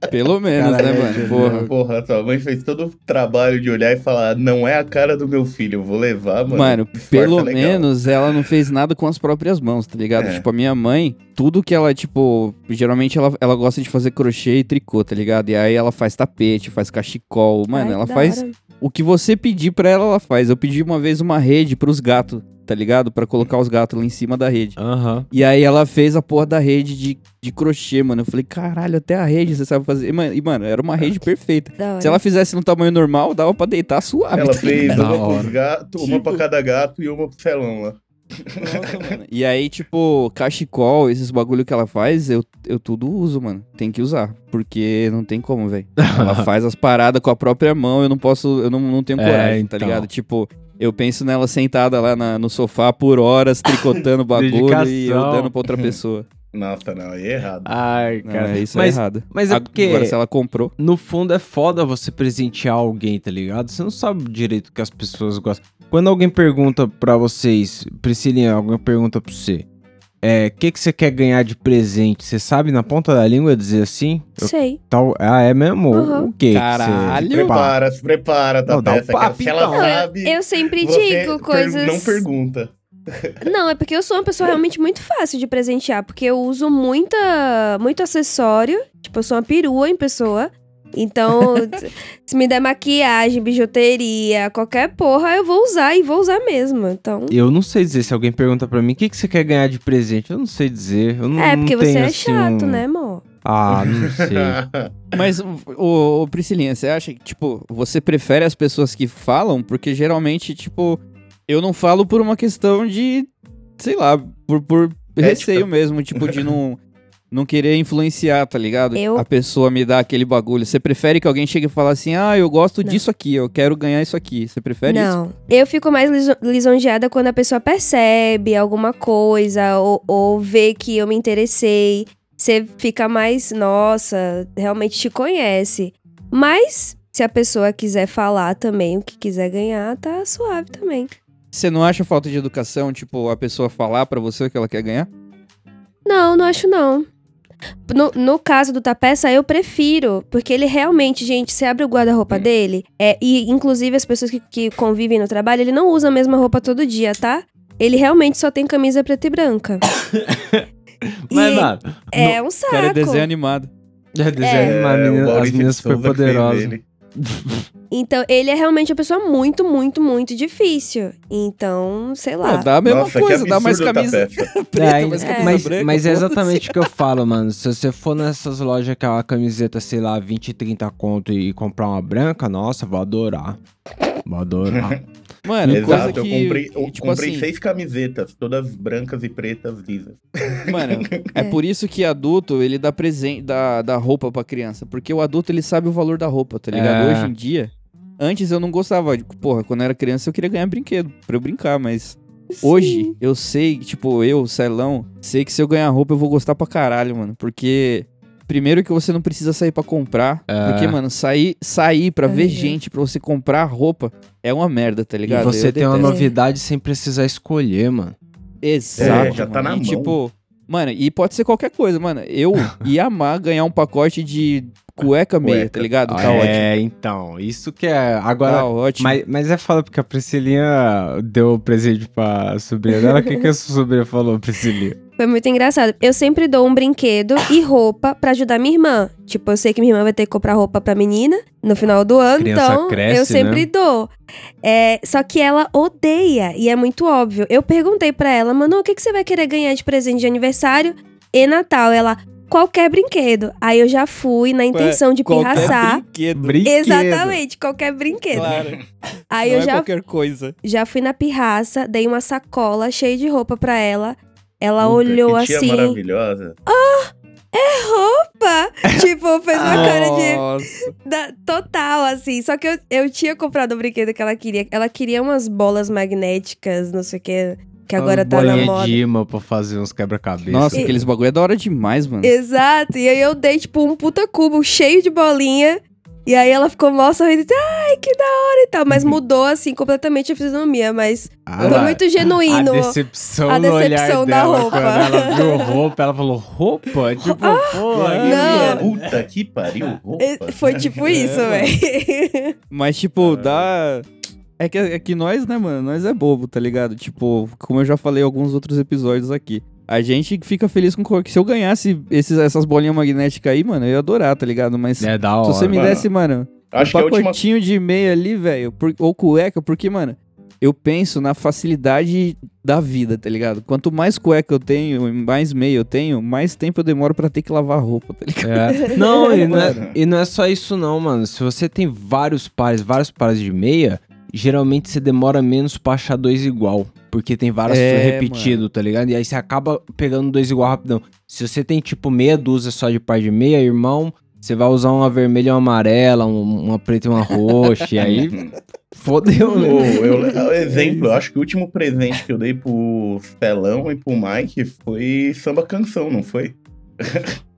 Speaker 3: Pelo menos,
Speaker 2: Caralho, é
Speaker 3: né,
Speaker 2: Jesus.
Speaker 3: mano? Porra.
Speaker 1: Porra, sua mãe fez todo o trabalho de olhar e falar: não é a cara do meu filho, eu vou levar, mano.
Speaker 3: Mano,
Speaker 1: Disfarça
Speaker 3: pelo
Speaker 1: legal.
Speaker 3: menos ela não fez nada com as próprias mãos, tá ligado?
Speaker 1: É.
Speaker 3: Tipo, a minha mãe, tudo que ela, tipo, geralmente ela, ela gosta de fazer crochê e tricô, tá ligado? E aí ela faz tapete, faz cachecol, mano,
Speaker 4: Ai,
Speaker 3: ela
Speaker 4: da
Speaker 3: faz
Speaker 4: hora.
Speaker 3: o que você pedir pra ela, ela faz. Eu pedi uma vez uma rede pros gatos. tá ligado? Pra colocar os gatos lá em cima da rede.
Speaker 2: Aham.
Speaker 3: E aí ela fez a porra da rede de, de crochê, mano. Eu falei, caralho, até a rede você sabe fazer. E, mano, e, mano, era uma rede perfeita.
Speaker 4: Da hora.
Speaker 3: Se ela fizesse no tamanho normal, dava pra deitar suave.
Speaker 1: Ela
Speaker 3: tá ligado?
Speaker 1: fez
Speaker 2: Da
Speaker 1: uma pros
Speaker 2: hora.
Speaker 1: gatos, uma pra cada gato e uma pro celão lá.
Speaker 3: E aí, tipo, cachecol, esses bagulho que ela faz, eu, eu tudo uso, mano. Tem que usar. Porque não tem como, velho. Ela faz as paradas com a própria mão, eu não posso, eu não, não tenho
Speaker 2: É,
Speaker 3: coragem, tá
Speaker 2: então.
Speaker 3: ligado? Tipo, eu penso nela sentada lá na- no sofá por horas, tricotando o bagulho e eu
Speaker 2: Dedicação.
Speaker 3: dando pra outra pessoa.
Speaker 1: Nossa, não, aí é errado.
Speaker 2: Ai,
Speaker 3: Não,
Speaker 2: cara.
Speaker 3: é isso
Speaker 2: mas,
Speaker 3: é errado.
Speaker 2: mas é porque-
Speaker 3: Agora, um se ela comprou.
Speaker 2: no fundo é foda você presentear alguém, tá ligado? Você não sabe direito o que as pessoas gostam. Quando alguém pergunta pra vocês, Priscilinha, alguém pergunta pra você, é, o que, que você quer ganhar de presente? Você sabe na ponta da língua dizer assim? Eu-
Speaker 4: Sei.
Speaker 2: tal, ah, é mesmo?
Speaker 4: Aham.
Speaker 2: O que?
Speaker 3: Caralho.
Speaker 2: que você, Pá.
Speaker 1: Prepara, se prepara, tá
Speaker 2: Não, dá um papo,
Speaker 1: se ela
Speaker 2: então.
Speaker 4: Não, eu-
Speaker 1: sabe,
Speaker 4: eu sempre
Speaker 1: você
Speaker 4: digo
Speaker 1: per-
Speaker 4: coisas.
Speaker 1: não pergunta.
Speaker 4: Não, é porque eu sou uma pessoa realmente muito fácil de presentear, porque eu uso muita, muito acessório. Tipo, eu sou uma perua em pessoa. Então, se me der maquiagem, bijuteria, qualquer porra, eu vou usar e vou usar mesmo. Então.
Speaker 2: Eu não sei dizer, se alguém pergunta pra mim, o que, que você quer ganhar de presente? Eu não sei dizer, eu não
Speaker 4: é,
Speaker 2: não
Speaker 4: porque você
Speaker 2: tenho,
Speaker 4: é
Speaker 2: assim,
Speaker 4: chato,
Speaker 2: um-
Speaker 4: né, amor?
Speaker 2: Ah, não sei.
Speaker 3: Mas, ô, ô, Priscilinha, você acha que, tipo, você prefere as pessoas que falam? Porque geralmente, tipo, eu não falo por uma questão de, sei lá, por, por
Speaker 1: Ética.
Speaker 3: receio mesmo, tipo, de não, não querer influenciar, tá ligado?
Speaker 4: Eu-
Speaker 3: A pessoa me dá aquele bagulho. Você prefere que alguém chegue e fale assim, ah, eu gosto
Speaker 4: Não.
Speaker 3: disso aqui, eu quero ganhar isso aqui. Você prefere isso?
Speaker 4: não. Eu fico mais liso- lisonjeada quando a pessoa percebe alguma coisa ou, ou vê que eu me interessei. Você fica mais, nossa, realmente te conhece. Mas se a pessoa quiser falar também o que quiser ganhar, tá suave também.
Speaker 3: Você não acha falta de educação, tipo, a pessoa falar pra você o que ela quer ganhar?
Speaker 4: Não, não acho não. No, no caso do Tapeça, eu prefiro, porque ele realmente, gente, você abre o guarda-roupa
Speaker 3: Hum.
Speaker 4: dele, é, e inclusive as pessoas que, que convivem no trabalho, ele não usa a mesma roupa todo dia, tá? Ele realmente só tem camisa preta e branca. E
Speaker 2: Mas, mano,
Speaker 4: é um
Speaker 3: O
Speaker 4: saco.
Speaker 3: cara é desenho animado.
Speaker 2: já
Speaker 1: É,
Speaker 2: desenho uma
Speaker 1: o
Speaker 2: menina, as
Speaker 1: Maurício
Speaker 3: é
Speaker 2: meninas
Speaker 1: de Souza que fez
Speaker 2: superpoderosas.
Speaker 1: ele.
Speaker 4: Então, ele é realmente uma pessoa muito, muito, muito difícil. Então, sei lá.
Speaker 3: Ah, dá a mesma
Speaker 1: Nossa,
Speaker 3: coisa,
Speaker 1: que
Speaker 3: dá mais
Speaker 1: absurdo, tá
Speaker 3: camisa
Speaker 1: Tapeça.
Speaker 3: preta,
Speaker 2: É,
Speaker 3: mais
Speaker 2: é,
Speaker 3: camisa
Speaker 2: mas,
Speaker 3: branca.
Speaker 2: mas é
Speaker 3: foda-se.
Speaker 2: exatamente o que eu falo, mano. Se você for nessas lojas que é uma camiseta, sei lá, 20, 30 conto e comprar uma branca, nossa, vou adorar. Vou adorar.
Speaker 3: Mano, coisa
Speaker 1: Exato,
Speaker 3: que,
Speaker 1: eu comprei, eu
Speaker 3: que, tipo
Speaker 1: comprei
Speaker 3: assim,
Speaker 1: seis camisetas, todas brancas e pretas lisas.
Speaker 3: Mano, é por isso que adulto, ele dá presente, dá, dá roupa pra criança. Porque o adulto, ele sabe o valor da roupa, tá ligado?
Speaker 2: É.
Speaker 3: Hoje em dia, antes eu não gostava. de- Porra, quando eu era criança eu queria ganhar brinquedo pra eu brincar, mas... Hoje, eu sei, tipo, eu, Celão, sei que se eu ganhar roupa eu vou gostar pra caralho, mano. Porque... Primeiro que você não precisa sair pra comprar.
Speaker 2: É.
Speaker 3: Porque, mano, sair, sair pra ver
Speaker 4: É.
Speaker 3: gente, pra você comprar roupa, é uma merda, tá
Speaker 2: e
Speaker 3: ligado?
Speaker 2: você
Speaker 3: Eu
Speaker 2: tem uma
Speaker 3: detesto.
Speaker 2: novidade sem precisar escolher, mano.
Speaker 3: Exato.
Speaker 1: É, já tá
Speaker 3: mano.
Speaker 1: na
Speaker 3: e,
Speaker 1: mão.
Speaker 3: Tipo, mano, e pode ser qualquer coisa, mano. Eu ia amar ganhar um pacote de cueca meia,
Speaker 1: Cueca.
Speaker 3: tá ligado? Tá ótimo.
Speaker 2: é, então, isso que é. Agora.
Speaker 3: Tá ótimo.
Speaker 2: Mas, mas é foda porque a Priscilinha deu o presente pra sobrinha dela. O que, que a sua sobrinha falou, Priscilinha?
Speaker 4: Foi muito engraçado. Eu sempre dou um brinquedo e roupa pra ajudar minha irmã. Tipo, eu sei que minha irmã vai ter que comprar roupa pra menina no final do ano,
Speaker 2: Criança
Speaker 4: então
Speaker 2: cresce,
Speaker 4: eu sempre
Speaker 2: né?
Speaker 4: dou. É, só que ela odeia e é muito óbvio. Eu perguntei pra ela, Manu, o que, que você vai querer ganhar de presente de aniversário e Natal? Ela, qualquer brinquedo. Aí eu já fui na intenção de
Speaker 3: qualquer
Speaker 4: pirraçar.
Speaker 3: brinquedo.
Speaker 2: Brinquedo.
Speaker 4: Exatamente, qualquer brinquedo.
Speaker 3: Claro.
Speaker 4: Aí
Speaker 3: não
Speaker 4: eu
Speaker 3: é
Speaker 4: já
Speaker 3: qualquer coisa.
Speaker 4: já fui na pirraça, dei uma sacola cheia de roupa pra ela. Ela
Speaker 1: Puta,
Speaker 4: olhou
Speaker 1: que tia
Speaker 4: assim.
Speaker 1: maravilhosa.
Speaker 4: roupa. Tipo, fez uma cara de.
Speaker 3: Nossa.
Speaker 4: da- total, assim. Só que eu, eu tinha comprado o brinquedo que ela queria. Ela queria umas bolas magnéticas, não sei o que, que agora tá na
Speaker 2: Bolinha
Speaker 4: moda.
Speaker 2: de imã pra fazer uns quebra-cabeça.
Speaker 3: Nossa, aqueles bagulho é da hora demais, mano.
Speaker 4: Exato. E aí eu dei, tipo, um puta cubo cheio de bolinha. E aí ela ficou mó sorrindo. Ai, que da hora e tal. Mas mudou, assim, completamente a fisionomia. Mas
Speaker 2: Uhum. Ah,
Speaker 4: foi
Speaker 2: lá.
Speaker 4: muito genuíno.
Speaker 2: A decepção,
Speaker 4: A
Speaker 2: no
Speaker 4: decepção
Speaker 2: olhar
Speaker 4: da
Speaker 2: dela,
Speaker 4: roupa. Ah,
Speaker 2: Quando ela viu roupa, ela falou, roupa? Tipo, pô...
Speaker 3: cara.
Speaker 4: Não.
Speaker 1: Puta que pariu,
Speaker 4: É,
Speaker 1: roupa.
Speaker 4: Foi tipo
Speaker 3: É,
Speaker 4: isso,
Speaker 3: mano.
Speaker 4: velho.
Speaker 3: Mas, tipo, dá. É que, é que nós, né, mano? Nós é bobo, tá ligado? Tipo, como eu já falei em alguns outros episódios aqui. A gente fica feliz com. qual- que Se eu ganhasse esses, essas bolinhas magnéticas aí, mano, eu ia adorar, tá ligado? Mas
Speaker 2: É da
Speaker 3: se
Speaker 2: hora.
Speaker 3: você me
Speaker 1: Mano,
Speaker 3: desse, mano,
Speaker 1: Acho
Speaker 3: um
Speaker 1: que é a última
Speaker 3: pacotinho de meia ali, velho, por- ou cueca, porque, mano, eu penso na facilidade da vida, tá ligado? Quanto mais cueca eu tenho, mais meia eu tenho, mais tempo eu demoro pra ter que lavar roupa, tá ligado?
Speaker 2: É. Não, e não é, e não é só isso não, mano. Se você tem vários pares, vários pares de meia, geralmente você demora menos pra achar dois igual. Porque tem vários
Speaker 3: É,
Speaker 2: repetidos, tá ligado? E aí você acaba pegando dois igual rapidão. Se você tem, tipo, meia dúzia só de par de meia, irmão, você vai usar uma vermelha e uma amarela, um- uma preta e uma roxa, e aí fodeu, né?
Speaker 1: Pô, eu, exemplo, eu acho que o último presente que eu dei pro Celão e pro Mike foi samba canção, não foi?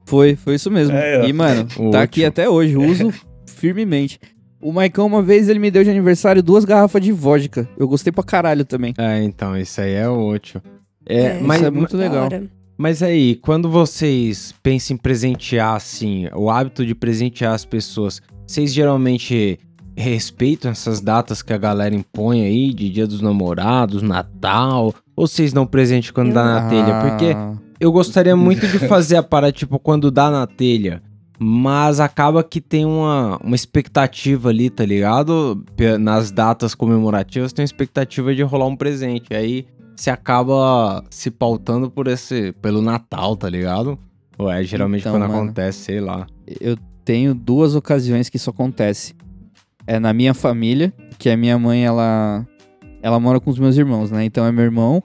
Speaker 3: Foi, foi isso mesmo.
Speaker 1: É, ó.
Speaker 3: e, mano, tá
Speaker 2: Ótimo.
Speaker 3: aqui até hoje, uso firmemente. O Maicão, uma vez, ele me deu de aniversário duas garrafas de vodka. Eu gostei pra caralho também.
Speaker 2: É, então, isso aí é útil. É,
Speaker 4: É,
Speaker 2: mas,
Speaker 3: isso é muito
Speaker 4: Da
Speaker 3: legal.
Speaker 4: hora.
Speaker 2: mas aí, quando vocês pensam em presentear, assim, o hábito de presentear as pessoas, vocês geralmente respeitam essas datas que a galera impõe aí, de dia dos namorados, Natal, ou vocês dão presente quando
Speaker 4: Eu-
Speaker 2: dá na telha? Porque
Speaker 3: Ah.
Speaker 2: eu gostaria muito de fazer a parada, tipo, quando dá na telha. Mas acaba que tem uma, uma expectativa ali, tá ligado? Pe- Nas datas comemorativas tem uma expectativa de rolar um presente. Aí você acaba se pautando por esse, pelo Natal, tá ligado? Ué, geralmente
Speaker 3: Então,
Speaker 2: quando
Speaker 3: mano.
Speaker 2: acontece, sei lá.
Speaker 3: eu tenho duas ocasiões que isso acontece. É na minha família, que a minha mãe, ela, ela mora com os meus irmãos, né? Então é meu irmão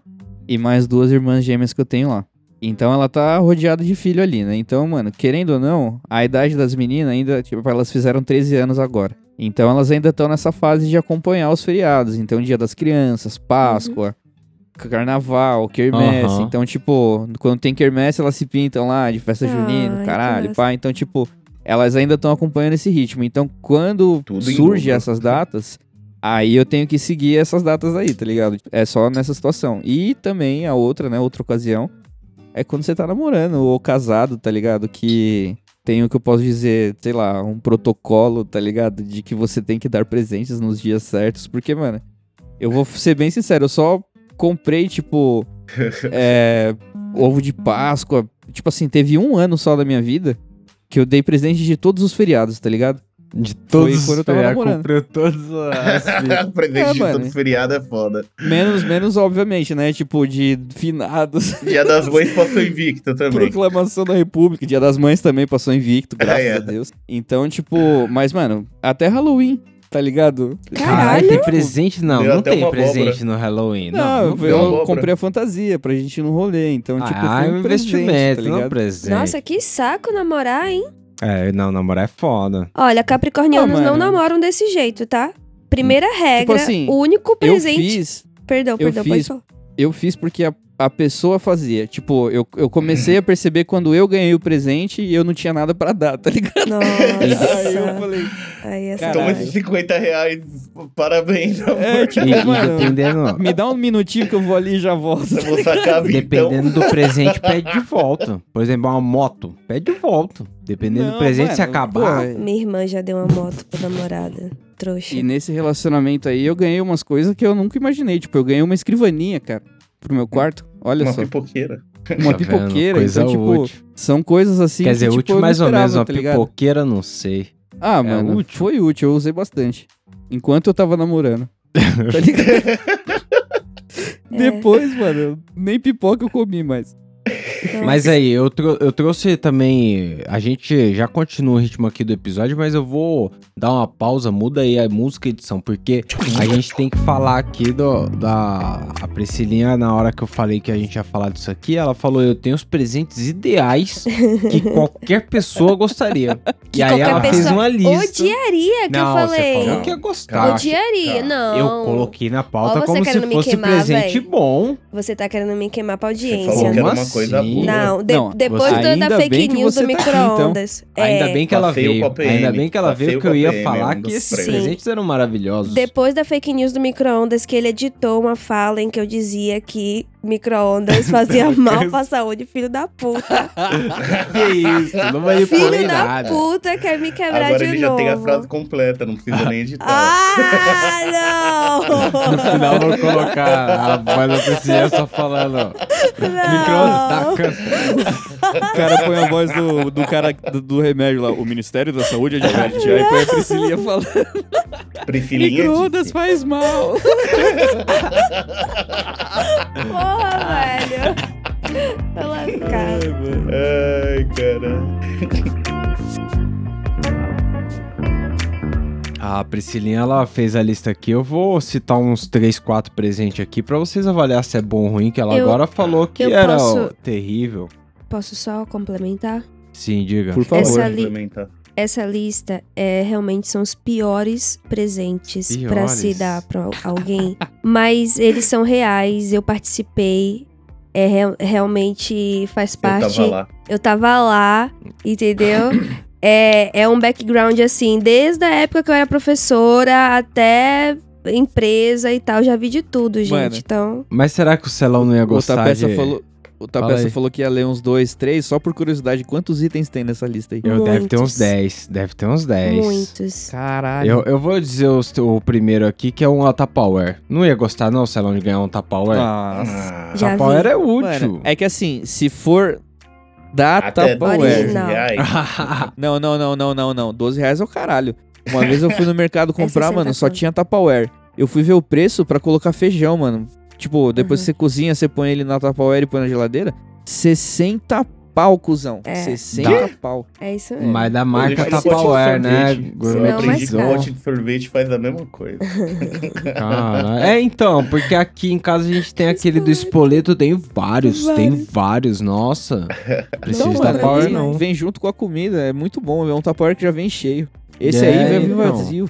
Speaker 3: e mais duas irmãs gêmeas que eu tenho lá. Então ela tá rodeada de filho ali, né? Então, mano, querendo ou não, a idade das meninas ainda, tipo, elas fizeram 13 anos agora. Então elas ainda estão nessa fase de acompanhar os feriados. Então, dia das crianças, Páscoa, carnaval, quermesse.
Speaker 2: Aham.
Speaker 3: Então, tipo, quando tem quermesse, elas se pintam lá de festa
Speaker 4: Ai,
Speaker 3: junina,
Speaker 4: que
Speaker 3: caralho,
Speaker 4: massa.
Speaker 3: pá. Então, tipo, elas ainda estão acompanhando esse ritmo. Então, quando
Speaker 1: Tudo em
Speaker 3: surgem
Speaker 1: dobro.
Speaker 3: essas datas, aí eu tenho que seguir essas datas aí, tá ligado? É só nessa situação. E também a outra, né, outra ocasião, é quando você tá namorando ou casado, tá ligado? Que tem o que eu posso dizer, sei lá, um protocolo, tá ligado? De que você tem que dar presentes nos dias certos. Porque, mano, eu vou ser bem sincero, eu só comprei, tipo, é, ovo de Páscoa. Tipo assim, teve um ano só da minha vida que eu dei presente de todos os feriados, tá ligado?
Speaker 2: De
Speaker 3: todos tá os feriados,
Speaker 2: Cumpriu todos
Speaker 1: presente
Speaker 3: É,
Speaker 1: de
Speaker 3: mano.
Speaker 1: todo feriado é foda.
Speaker 3: Menos, menos, obviamente, né? Tipo, de finados,
Speaker 1: Dia das mães passou invicto também.
Speaker 3: proclamação da República, Dia das Mães também passou invicto, graças
Speaker 1: É, é.
Speaker 3: a Deus. Então, tipo, mas, mano, até Halloween, tá ligado?
Speaker 2: Caralho,
Speaker 4: Caralho.
Speaker 2: tem presente? Não,
Speaker 1: Deu
Speaker 2: não
Speaker 1: até
Speaker 2: tem
Speaker 1: uma
Speaker 2: presente no Halloween. Não,
Speaker 3: Não,
Speaker 2: não,
Speaker 3: eu
Speaker 1: deu abóbora.
Speaker 3: comprei a fantasia pra gente ir no rolê, então, tipo,
Speaker 2: ah, é
Speaker 3: foi
Speaker 2: um
Speaker 3: um presente,
Speaker 2: investimento,
Speaker 3: tá
Speaker 2: não é um
Speaker 3: ligado?
Speaker 2: presente.
Speaker 4: Nossa, que saco namorar, hein?
Speaker 2: É, não, namorar é foda.
Speaker 4: Olha, capricornianos
Speaker 3: Ah,
Speaker 4: não
Speaker 3: mano.
Speaker 4: namoram desse jeito, tá? Primeira regra,
Speaker 3: assim,
Speaker 4: o único
Speaker 3: Eu
Speaker 4: presente.
Speaker 3: fiz,
Speaker 4: Perdão, perdão,
Speaker 3: fiz-
Speaker 4: pode falar.
Speaker 3: eu fiz porque a, a pessoa fazia. Tipo, eu, eu comecei a perceber quando eu ganhei o presente e eu não tinha nada pra dar, tá ligado? Aí eu
Speaker 4: Nossa.
Speaker 3: falei,
Speaker 4: Aí é
Speaker 3: Caralho.
Speaker 1: Toma Então,
Speaker 4: sacanagem.
Speaker 1: esses 50 reais, parabéns.
Speaker 3: é,
Speaker 1: amor.
Speaker 2: E,
Speaker 3: tipo,
Speaker 2: e
Speaker 3: mano,
Speaker 2: dependendo,
Speaker 3: me dá um minutinho que eu vou ali e já volto.
Speaker 1: Eu vou sacar
Speaker 3: Então-
Speaker 1: então. vintão.
Speaker 2: dependendo do presente, pede de volta. Por exemplo, uma moto, pede de volta. Dependendo do
Speaker 3: Não,
Speaker 2: presente,
Speaker 3: mano,
Speaker 2: se acabar.
Speaker 3: pô,
Speaker 4: Minha irmã já deu uma moto pra namorada. Trouxa.
Speaker 3: E nesse relacionamento aí eu ganhei umas coisas que eu nunca imaginei. Tipo, eu ganhei uma escrivaninha, cara, pro meu quarto. Olha
Speaker 1: Uma
Speaker 3: só,
Speaker 1: pipoqueira.
Speaker 3: uma
Speaker 2: Tá vendo?
Speaker 3: pipoqueira.
Speaker 2: Coisa
Speaker 3: então, tipo,
Speaker 2: útil.
Speaker 3: são coisas assim
Speaker 2: Quer
Speaker 3: que,
Speaker 2: dizer,
Speaker 3: tipo, eu
Speaker 2: útil
Speaker 3: não
Speaker 2: mais ou
Speaker 3: esperava,
Speaker 2: menos, uma É, né?
Speaker 3: tá ligado?
Speaker 2: pipoqueira, não sei.
Speaker 3: Ah, mano,
Speaker 2: útil.
Speaker 3: foi útil, eu usei bastante. Enquanto eu tava namorando. tá ligado? Depois, mano, eu- nem pipoca eu comi mais.
Speaker 4: Então,
Speaker 3: é
Speaker 2: Mas aí, eu, trou- eu trouxe também. A gente já continua o ritmo aqui do episódio, mas eu vou dar uma pausa, muda aí a música e edição, porque a gente tem que falar aqui do, da. A Priscilinha, na hora que eu falei que a gente ia falar disso aqui, ela falou: Eu tenho os presentes ideais que qualquer pessoa gostaria. e aí
Speaker 4: qualquer
Speaker 2: ela fez
Speaker 4: pessoa
Speaker 2: uma lista.
Speaker 4: Odiaria que
Speaker 2: não,
Speaker 4: eu falei.
Speaker 2: você falou que ia
Speaker 3: é
Speaker 2: gostar.
Speaker 4: Odiaria,
Speaker 1: tá.
Speaker 4: não.
Speaker 2: Eu coloquei na pauta
Speaker 4: Ó, você
Speaker 2: como se
Speaker 4: querendo me
Speaker 2: fosse
Speaker 4: queimar,
Speaker 2: presente
Speaker 4: véi.
Speaker 2: bom.
Speaker 4: Você tá querendo me queimar pra
Speaker 1: Você
Speaker 4: audiência.
Speaker 1: falou que era uma
Speaker 2: Como
Speaker 1: coisa
Speaker 2: assim?
Speaker 1: boa.
Speaker 4: Não, de-
Speaker 3: é Não,
Speaker 4: depois
Speaker 3: você-
Speaker 4: do- da
Speaker 3: ainda bem
Speaker 4: fake
Speaker 3: que
Speaker 4: news do
Speaker 3: você tá aqui,
Speaker 4: micro-ondas.
Speaker 2: Ainda
Speaker 4: É,
Speaker 2: bem que ela
Speaker 1: Passei o
Speaker 2: veio.
Speaker 1: com a
Speaker 2: Ainda
Speaker 1: PM,
Speaker 2: bem que ela
Speaker 1: passei
Speaker 2: veio,
Speaker 1: o
Speaker 2: que
Speaker 1: com
Speaker 2: eu ia
Speaker 1: a PM,
Speaker 2: falar
Speaker 1: um
Speaker 2: que
Speaker 1: dos
Speaker 2: esses
Speaker 1: três.
Speaker 2: presentes eram maravilhosos.
Speaker 4: Depois da fake news do micro-ondas, que ele editou uma fala em que eu dizia que micro-ondas fazia mal pra saúde, filho da puta.
Speaker 2: Que isso, não manipulei
Speaker 4: Filho da
Speaker 2: nada.
Speaker 4: puta quer me quebrar
Speaker 1: Agora
Speaker 4: de
Speaker 1: ele
Speaker 4: novo.
Speaker 1: já tem a frase completa, não precisa nem editar.
Speaker 4: Ah,
Speaker 2: No
Speaker 4: não!
Speaker 2: final eu vou colocar a voz da Priscila só falando. ó, Micro-ondas
Speaker 1: tá
Speaker 2: dá câncer.
Speaker 3: O cara põe a voz do, do cara do, do remédio lá, o Ministério da é
Speaker 4: Ah,
Speaker 3: Saúde adverte. Aí põe a Priscilinha falando,
Speaker 1: Priscilinha.
Speaker 3: micro-ondas faz mal.
Speaker 4: Porra, velho. Tô lascado.
Speaker 1: Ai, cara.
Speaker 2: A Priscilinha, ela fez a lista aqui. Eu vou citar uns 3, 4 presentes aqui pra vocês avaliar se é bom ou ruim, que ela
Speaker 4: Eu-
Speaker 2: agora falou que
Speaker 4: eu
Speaker 2: era
Speaker 4: posso-
Speaker 2: ó, terrível.
Speaker 4: Posso só complementar?
Speaker 2: Sim, diga.
Speaker 3: Por favor.
Speaker 4: Essa- Ali-
Speaker 1: Complementar.
Speaker 4: Essa lista é realmente são os piores presentes pra
Speaker 2: Piores?
Speaker 4: se dar pra alguém, mas eles são reais. Eu participei, é re- realmente faz
Speaker 1: Eu
Speaker 4: parte.
Speaker 1: tava lá.
Speaker 4: Eu tava lá, entendeu? É, é um background assim, desde a época que eu era professora até empresa e tal, já vi de tudo, gente.
Speaker 3: Mano.
Speaker 4: Então,
Speaker 2: Mas será que o Celão não ia
Speaker 3: O
Speaker 2: gostar
Speaker 3: Tapeça
Speaker 2: de...
Speaker 3: falou. O
Speaker 2: Fala
Speaker 3: Tapeça
Speaker 2: aí.
Speaker 3: falou que ia ler uns dois, três, só por curiosidade, quantos itens tem nessa lista aí?
Speaker 2: Eu deve ter uns
Speaker 4: Muitos.
Speaker 2: 10, deve ter uns 10.
Speaker 4: muitos.
Speaker 3: Caralho.
Speaker 2: Eu, eu vou dizer os- o, primeiro aqui, que é um Tupperware. Não ia gostar não, Celão, de ganhar um Tupperware?
Speaker 1: Ah,
Speaker 3: Nossa.
Speaker 4: Já vi.
Speaker 2: Tupperware é útil.
Speaker 3: Mano, é que assim, se for da
Speaker 1: Até é. né?
Speaker 3: Tupperware.
Speaker 1: 12
Speaker 4: Não.
Speaker 1: reais.
Speaker 3: Não, não, não, não, não, não. 12 reais é o caralho. Uma vez eu fui no mercado comprar,
Speaker 4: 60
Speaker 3: mano, só
Speaker 4: conto.
Speaker 3: tinha Tupperware. Eu fui ver o preço pra colocar feijão, mano. Tipo, depois
Speaker 4: Uhum.
Speaker 3: que você cozinha, você põe ele na Tupperware e põe na geladeira. 60 pau, cuzão.
Speaker 4: É.
Speaker 3: 60 pau.
Speaker 4: É isso mesmo.
Speaker 2: Mas da marca
Speaker 1: Hoje faz
Speaker 2: Tupperware,
Speaker 1: pote de
Speaker 2: né?
Speaker 1: sorvete. Eu
Speaker 4: Não,
Speaker 1: aprendi
Speaker 4: mas
Speaker 1: que
Speaker 2: Gourmetizou.
Speaker 4: cara.
Speaker 1: pote de sorvete faz a mesma coisa.
Speaker 2: Cara, é então, porque aqui em casa a gente tem aquele do espoleto, tem vários, tem vários, nossa. Precisa
Speaker 4: Não,
Speaker 2: da
Speaker 4: mano,
Speaker 2: Power
Speaker 4: e-
Speaker 2: não.
Speaker 3: é Vem junto com a comida, é muito bom. É um Tupperware que já vem cheio. Esse
Speaker 2: É,
Speaker 3: aí vem
Speaker 2: então.
Speaker 3: vazio.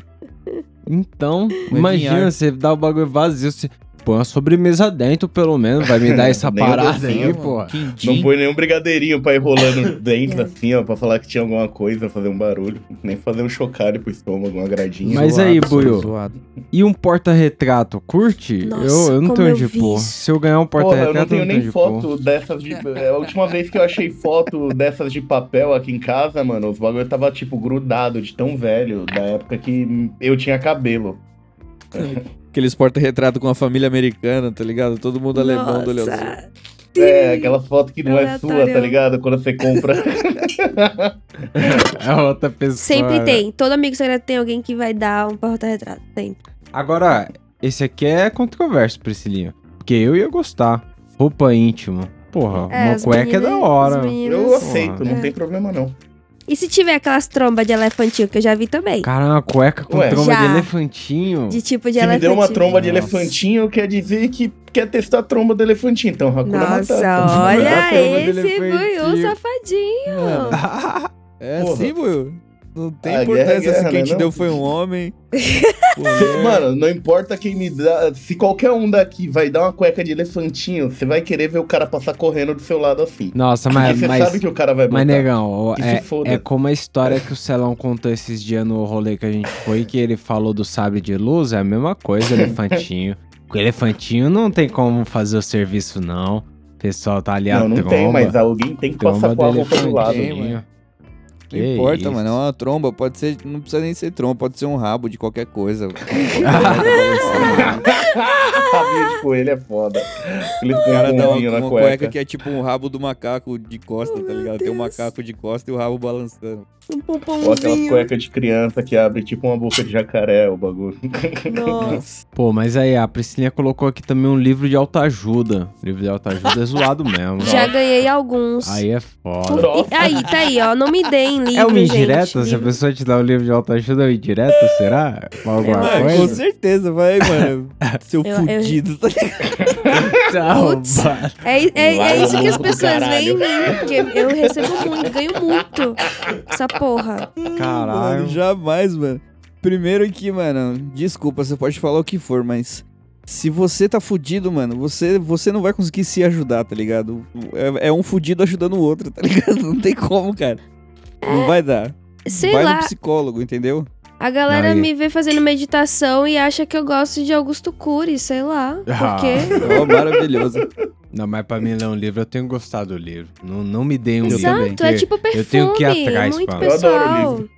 Speaker 2: Então,
Speaker 3: Vai
Speaker 2: imagina,
Speaker 3: vinhar.
Speaker 2: você dá o bagulho vazio, você põe uma sobremesa dentro pelo menos, vai me dar essa
Speaker 1: Nem o
Speaker 2: parada
Speaker 1: desenho,
Speaker 2: aí,
Speaker 1: mano.
Speaker 2: pô.
Speaker 1: Não
Speaker 3: um Quindim.
Speaker 1: põe nenhum brigadeirinho pra ir rolando dentro,
Speaker 4: É.
Speaker 1: assim, ó, pra falar que tinha alguma coisa, fazer um barulho. Nem fazer um chocalho pro estômago, uma
Speaker 3: um
Speaker 1: gradinha.
Speaker 2: Mas aí, Buiu.
Speaker 3: Buio.
Speaker 2: E um porta-retrato, curte?
Speaker 4: Nossa,
Speaker 2: eu, eu não
Speaker 4: como
Speaker 2: tenho
Speaker 4: eu
Speaker 2: onde
Speaker 4: vi
Speaker 2: pôr.
Speaker 4: isso.
Speaker 2: Se eu ganhar um
Speaker 1: Porra, eu
Speaker 2: porta-retrato,
Speaker 1: não tenho
Speaker 2: tenho
Speaker 1: nem
Speaker 2: onde pôr.
Speaker 1: foto dessas de. É a última vez que eu achei foto dessas de papel aqui em casa, mano, os bagulho tava, tipo, grudado de tão velho, da época que eu tinha cabelo.
Speaker 3: Aqueles porta-retrato com a família americana, tá ligado? Todo mundo alemão do olho azul.
Speaker 4: Nossa.
Speaker 1: É, aquela foto que não é sua, tá
Speaker 4: Aleatório.
Speaker 1: ligado? Quando você compra.
Speaker 2: É outra pessoa.
Speaker 4: Sempre
Speaker 2: né?
Speaker 4: tem. Todo amigo secreto tem alguém que vai dar um porta-retrato. Tem.
Speaker 2: Agora, esse aqui é controverso, Priscilinha. Porque eu ia gostar. Roupa íntima. Porra, uma cueca é da hora.
Speaker 1: Eu aceito,
Speaker 4: É.
Speaker 1: não tem problema não.
Speaker 4: E se tiver aquelas trombas de elefantinho que eu já vi também?
Speaker 2: Cara, uma cueca com
Speaker 1: Ué.
Speaker 2: tromba de
Speaker 4: Já.
Speaker 2: elefantinho.
Speaker 4: De tipo de
Speaker 1: Se me
Speaker 4: elefantinho.
Speaker 1: deu uma tromba de
Speaker 2: Nossa.
Speaker 1: elefantinho, quer dizer que quer testar a tromba do elefantinho. Então, Hakuna Matata.
Speaker 4: Nossa,
Speaker 2: Tromba
Speaker 4: olha
Speaker 2: de
Speaker 4: esse
Speaker 2: elefantinho.
Speaker 4: buiu safadinho.
Speaker 3: É
Speaker 1: Porra.
Speaker 3: assim, Buio. Não tem
Speaker 1: Ah,
Speaker 3: importância
Speaker 1: guerra é
Speaker 3: se
Speaker 1: guerra,
Speaker 3: quem
Speaker 1: né,
Speaker 3: te
Speaker 1: não?
Speaker 3: deu foi um homem. é,
Speaker 1: Cê- Mano, não importa quem me dá. Se qualquer um daqui vai dar uma cueca de elefantinho, você vai querer ver o cara passar correndo do seu lado assim.
Speaker 2: Nossa,
Speaker 1: Porque
Speaker 2: mas.
Speaker 1: você
Speaker 2: mas...
Speaker 1: sabe que o cara vai
Speaker 2: Mas,
Speaker 1: botar.
Speaker 2: negão, ó,
Speaker 1: Que se
Speaker 2: é,
Speaker 1: foda.
Speaker 2: é como a história que o Celão contou esses dias no rolê que a gente foi, que ele falou do sabre de luz, é a mesma coisa, elefantinho. Com elefantinho não tem como fazer o serviço, não. O pessoal tá ali
Speaker 1: não,
Speaker 2: a
Speaker 1: não
Speaker 2: tromba.
Speaker 1: tem, mas alguém tem que
Speaker 2: tromba
Speaker 1: passar
Speaker 2: do
Speaker 1: com a roupa do lado.
Speaker 3: elefantinho.
Speaker 2: elefantinho.
Speaker 3: Que importa,
Speaker 2: isso.
Speaker 3: mano. É uma tromba. Pode ser. Não precisa nem ser tromba, pode ser um rabo de qualquer coisa. o
Speaker 1: Rabinho de coelho é foda. Ele põe
Speaker 3: cara
Speaker 1: um
Speaker 3: dá uma,
Speaker 1: unha na
Speaker 3: uma cueca
Speaker 1: cueca.
Speaker 3: que é tipo um rabo do macaco de costa, tá ligado? Tem um macaco de costa e o rabo balançando.
Speaker 4: Um
Speaker 1: Ou aquelas
Speaker 4: pomponzinho.
Speaker 1: cuecas de criança que abre tipo uma boca de jacaré, o bagulho.
Speaker 4: Nossa.
Speaker 2: Pô, mas aí, a Priscilinha colocou aqui também um livro de autoajuda. Livro de autoajuda é zoado mesmo.
Speaker 4: Já ganhei alguns.
Speaker 2: Aí é foda.
Speaker 1: Nossa,
Speaker 4: E aí, tá aí, ó. Não me deem livro,
Speaker 2: É uma
Speaker 4: gente.
Speaker 2: indireta? Se a
Speaker 4: Livro.
Speaker 2: pessoa te dá um livro de autoajuda, é uma indireta, será? Alguma
Speaker 1: Ah,
Speaker 4: Mano,
Speaker 2: coisa?
Speaker 1: é.
Speaker 3: com certeza, vai, mano. Seu
Speaker 4: Eu- eu-
Speaker 3: fudido, tá ligado?
Speaker 2: Tchau,
Speaker 4: Putz.
Speaker 2: vai.
Speaker 4: É, é- é isso que
Speaker 1: Vagabundo
Speaker 4: as
Speaker 1: do
Speaker 4: pessoas veem
Speaker 1: caralho.
Speaker 4: em mim. Porque eu recebo muito, ganho muito. Essa porra.
Speaker 3: Mano,
Speaker 2: Caralho.
Speaker 3: jamais, mano. Primeiro que, mano, desculpa, você pode falar o que for, mas se você tá fudido, mano, você, você não vai conseguir se ajudar, tá ligado? É, é um fudido ajudando o outro, tá ligado? Não tem como, cara. Não vai dar.
Speaker 4: Sei
Speaker 3: vai
Speaker 4: lá.
Speaker 3: no psicólogo, entendeu?
Speaker 4: A galera
Speaker 2: Aí.
Speaker 4: me vê fazendo meditação e acha que eu gosto de Augusto Cury, sei lá.
Speaker 2: Ah.
Speaker 4: Por quê?
Speaker 3: Ó, maravilhoso.
Speaker 2: Não, mas pra mim ler um livro, eu tenho gostado do livro. Não, não me dei um livro.
Speaker 4: Exato, é
Speaker 2: porque,
Speaker 4: tipo perfume.
Speaker 2: eu tenho que ir atrás,
Speaker 4: muito
Speaker 2: Paulo.
Speaker 1: Eu
Speaker 4: pessoal.
Speaker 1: adoro livro.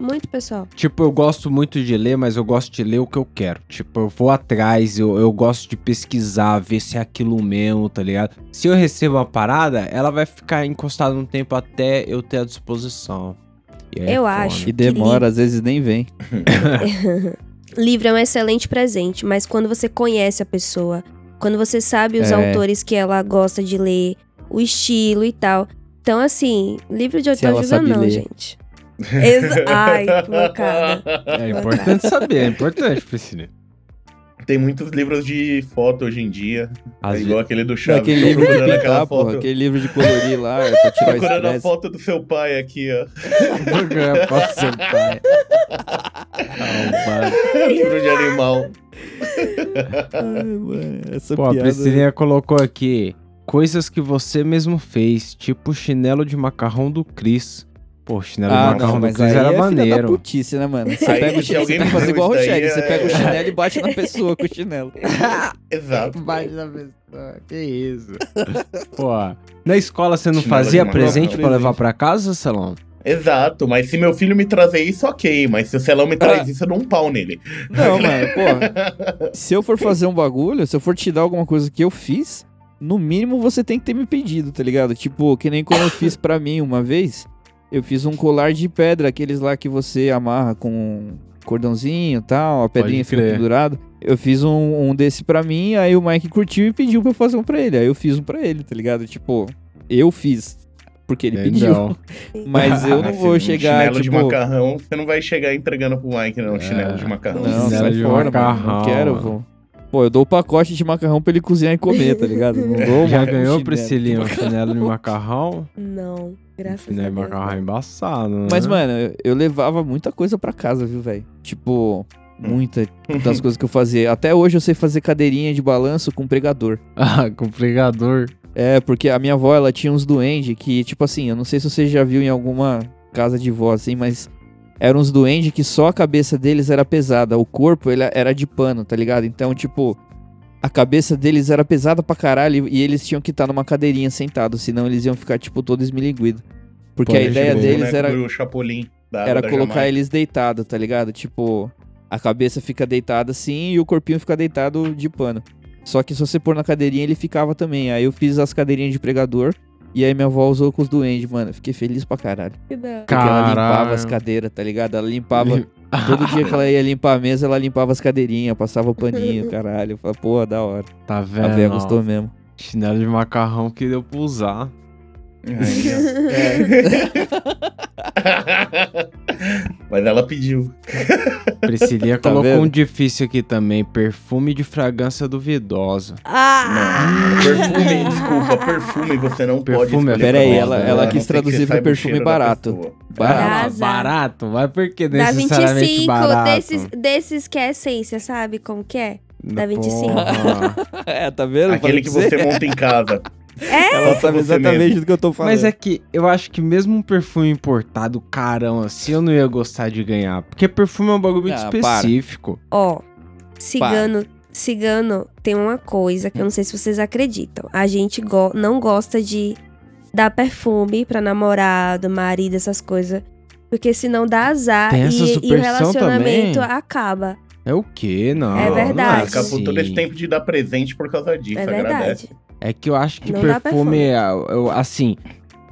Speaker 4: Muito pessoal.
Speaker 2: tipo, eu gosto muito de ler, mas eu gosto de ler o que eu quero. Tipo, eu vou atrás, eu, eu gosto de pesquisar, ver se é aquilo mesmo, tá ligado? Se eu recebo uma parada, ela vai ficar encostada um tempo até eu ter a disposição. E aí é
Speaker 4: Eu
Speaker 2: foda.
Speaker 4: acho.
Speaker 3: E demora, às vezes nem vem.
Speaker 4: Livro é um excelente presente, mas quando você conhece a pessoa, quando você sabe os
Speaker 3: É.
Speaker 4: autores que ela gosta de ler, o estilo e tal. Então, assim, livro de
Speaker 3: Se ela
Speaker 4: autoajuda
Speaker 3: sabe
Speaker 4: não,
Speaker 3: ler.
Speaker 4: gente. Exa Ai, que loucada.
Speaker 2: É importante saber, é importante, Priscila.
Speaker 1: Tem muitos livros de foto hoje em dia.
Speaker 2: Às
Speaker 1: é
Speaker 2: ve-
Speaker 1: igual aquele do
Speaker 3: Não,
Speaker 1: Chaves.
Speaker 3: aquele
Speaker 1: tô
Speaker 3: livro de
Speaker 1: procurando
Speaker 3: pintar,
Speaker 1: aquela
Speaker 3: porra.
Speaker 1: foto.
Speaker 3: Aquele livro de colorir lá, é pra tirar o
Speaker 1: Procurando a
Speaker 3: estresse.
Speaker 1: foto do seu pai aqui, ó.
Speaker 2: Programa pra seu pai. é Arrombado.
Speaker 1: livro de animal.
Speaker 3: Ai, mano, essa é
Speaker 2: Pô, a Priscilinha colocou aqui coisas que você mesmo fez, tipo chinelo de macarrão do Cris. Pô, chinelo de
Speaker 3: Ah,
Speaker 2: macarrão
Speaker 3: não,
Speaker 2: do
Speaker 3: mas
Speaker 2: Cris
Speaker 3: aí
Speaker 2: era
Speaker 3: é filha da
Speaker 2: maneiro.
Speaker 3: putice, né, mano? Você
Speaker 1: Aí,
Speaker 3: pega o
Speaker 1: se
Speaker 3: chinelo, você
Speaker 1: alguém
Speaker 3: tem que fazer
Speaker 1: viu
Speaker 3: igual o
Speaker 1: isso daí,
Speaker 3: Rogério. Você
Speaker 1: é-
Speaker 3: pega o chinelo e bate na pessoa com o chinelo.
Speaker 1: Exato.
Speaker 3: né,
Speaker 2: da
Speaker 3: Ah,
Speaker 2: pessoa, que isso. Pô, na escola você não
Speaker 1: Chinelo de
Speaker 2: fazia
Speaker 1: macarrão.
Speaker 2: presente pra levar pra casa, Salão?
Speaker 1: Exato. Mas se meu filho me trazer isso, ok. Mas se o Celão me
Speaker 3: Ah.
Speaker 1: traz isso, eu dou um pau nele.
Speaker 3: Não, mano, pô. Se eu for fazer um bagulho, se eu for te dar alguma coisa que eu fiz, no mínimo você tem que ter me pedido, tá ligado? Tipo, que nem como eu fiz pra mim uma vez, eu fiz um colar de pedra, aqueles lá que você amarra com um cordãozinho e tal, a pedrinha fica
Speaker 2: crer.
Speaker 3: pendurada. Eu fiz um, um desse pra mim, aí o Mike curtiu e pediu pra eu fazer um pra ele. Aí eu fiz um pra ele, tá ligado? Tipo, eu fiz. Porque ele pediu.
Speaker 2: Então,
Speaker 3: Mas eu não
Speaker 1: Mas
Speaker 3: vou
Speaker 1: um
Speaker 3: chegar,
Speaker 1: Chinelo
Speaker 3: tipo... Ah,
Speaker 1: de macarrão, você não vai chegar entregando pro Mike, não.
Speaker 2: É.
Speaker 1: Chinelo de macarrão.
Speaker 3: Não,
Speaker 2: Chinelo
Speaker 3: sai
Speaker 2: de
Speaker 3: fora, mano.
Speaker 2: um macarrão,
Speaker 3: Não quero,
Speaker 2: mano.
Speaker 3: vô. Pô, eu dou o pacote de macarrão pra ele cozinhar e comer, tá ligado? Não dou
Speaker 2: já
Speaker 3: mano,
Speaker 2: ganhou,
Speaker 3: chinelo.
Speaker 2: Priscilinha, um chinelo de macarrão?
Speaker 4: Não, graças
Speaker 2: Chinelo
Speaker 4: a
Speaker 2: de
Speaker 4: Deus.
Speaker 2: macarrão é embaçado, né?
Speaker 3: Mas, mano, eu, eu levava muita coisa pra casa, viu, velho? Tipo, muita das coisas que eu fazia. Até hoje eu sei fazer cadeirinha de balanço com pregador.
Speaker 2: Ah, com pregador.
Speaker 3: É, porque a minha avó, ela tinha uns duendes que, tipo assim, eu não sei se você já viu em alguma casa de vó, assim, mas eram uns duendes que só a cabeça deles era pesada, o corpo ele era de pano, tá ligado? Então, tipo, a cabeça deles era pesada pra caralho e eles tinham que estar numa cadeirinha sentado, senão eles iam ficar, tipo, todo esmilinguido. Porque
Speaker 2: Pode
Speaker 3: a ideia
Speaker 2: crer.
Speaker 3: deles era
Speaker 1: O né, Chapolin. Da,
Speaker 3: era
Speaker 1: da
Speaker 3: colocar
Speaker 1: Jamaica.
Speaker 3: eles deitado, tá ligado? Tipo, a cabeça fica deitada assim e o corpinho fica deitado de pano. Só que se você pôr na cadeirinha, ele ficava também. Aí eu fiz as cadeirinhas de pregador e aí minha avó usou com os duendes, mano. Fiquei feliz pra caralho.
Speaker 4: Que da-
Speaker 3: Porque ela limpava
Speaker 2: Caralho.
Speaker 3: as cadeiras, tá ligado? Ela limpava.
Speaker 2: Lim-
Speaker 3: Todo dia que ela ia limpar a mesa, ela limpava as cadeirinhas, passava o paninho, caralho. Eu falava, Porra, da hora.
Speaker 2: Tá
Speaker 3: a
Speaker 2: vendo?
Speaker 3: véia
Speaker 2: ó?
Speaker 3: gostou mesmo.
Speaker 2: Chinelo de macarrão que deu pra usar.
Speaker 1: Ai, ó. É, então. Mas ela pediu.
Speaker 2: Priscilia
Speaker 3: Tá
Speaker 2: colocou
Speaker 3: vendo?
Speaker 2: um difícil aqui também. Perfume de fragrância duvidosa.
Speaker 4: Ah!
Speaker 1: Não. Perfume, desculpa, perfume você não pode
Speaker 2: Perfume,
Speaker 1: escolher.
Speaker 2: pera
Speaker 1: pra
Speaker 2: aí,
Speaker 1: nós,
Speaker 2: ela-
Speaker 1: né?
Speaker 2: ela
Speaker 1: A não
Speaker 3: quis
Speaker 1: ser que
Speaker 3: traduzir
Speaker 1: você
Speaker 3: pra
Speaker 1: saiba o
Speaker 3: perfume
Speaker 1: cheiro da
Speaker 3: barato.
Speaker 1: pessoa.
Speaker 3: Barato.
Speaker 4: Arrasa.
Speaker 2: barato? Mas por que
Speaker 4: Dá
Speaker 2: necessariamente
Speaker 4: 25
Speaker 2: barato?
Speaker 4: desses, desses que é essência, sabe como que é? dá 25.
Speaker 2: Porra.
Speaker 3: é, tá vendo? Falei
Speaker 1: Aquele que
Speaker 3: pra
Speaker 1: você monta em casa.
Speaker 4: É
Speaker 3: Ela sabe
Speaker 1: você mesmo.
Speaker 3: exatamente do que eu tô falando.
Speaker 2: Mas é que eu acho que mesmo um perfume importado, carão, assim, eu não ia gostar de ganhar. Porque perfume é um bagulho muito
Speaker 3: Ah, para.
Speaker 2: específico.
Speaker 4: Ó, cigano, cigano tem uma coisa que eu não sei se vocês acreditam. A gente go- não gosta de dar perfume pra namorado, marido, essas coisas. Porque senão dá azar
Speaker 2: Tem essa
Speaker 4: e, e o
Speaker 2: superstição
Speaker 4: relacionamento
Speaker 2: também?
Speaker 4: acaba.
Speaker 2: É o quê? Não.
Speaker 4: É
Speaker 2: não
Speaker 4: verdade.
Speaker 2: assim.
Speaker 1: Ficar por todo esse tempo de dar presente por causa disso.
Speaker 4: é
Speaker 1: agradece.
Speaker 4: verdade.
Speaker 2: É que eu acho que
Speaker 4: Não dá
Speaker 2: perfume, é- eu- assim,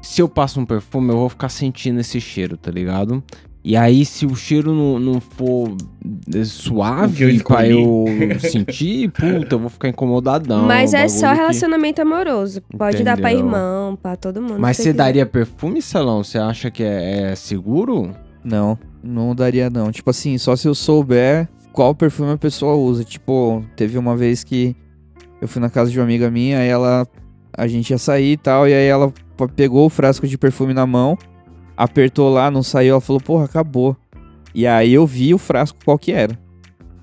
Speaker 2: se eu passo um perfume, eu vou ficar sentindo esse cheiro, tá ligado? E aí, se o cheiro não, não for eh,
Speaker 1: O que eu
Speaker 2: suave pra
Speaker 1: escolhi.
Speaker 2: eu sentir, puta, eu vou ficar incomodadão.
Speaker 4: Mas
Speaker 2: um
Speaker 4: é só
Speaker 2: bagulho que-
Speaker 4: relacionamento amoroso. Pode dar pra
Speaker 2: Entendeu.
Speaker 4: irmão, pra todo mundo.
Speaker 2: Mas
Speaker 4: se
Speaker 2: você
Speaker 4: quiser.
Speaker 2: daria perfume, Salão? Você acha que é, é seguro?
Speaker 3: Não, não daria não. Tipo assim, só se eu souber qual perfume a pessoa usa. Tipo, teve uma vez que eu fui na casa de uma amiga minha, aí ela. A gente ia sair e tal, e aí ela p- pegou o frasco de perfume na mão, apertou lá, não saiu, ela falou, porra, acabou. E aí eu vi o frasco qual que era.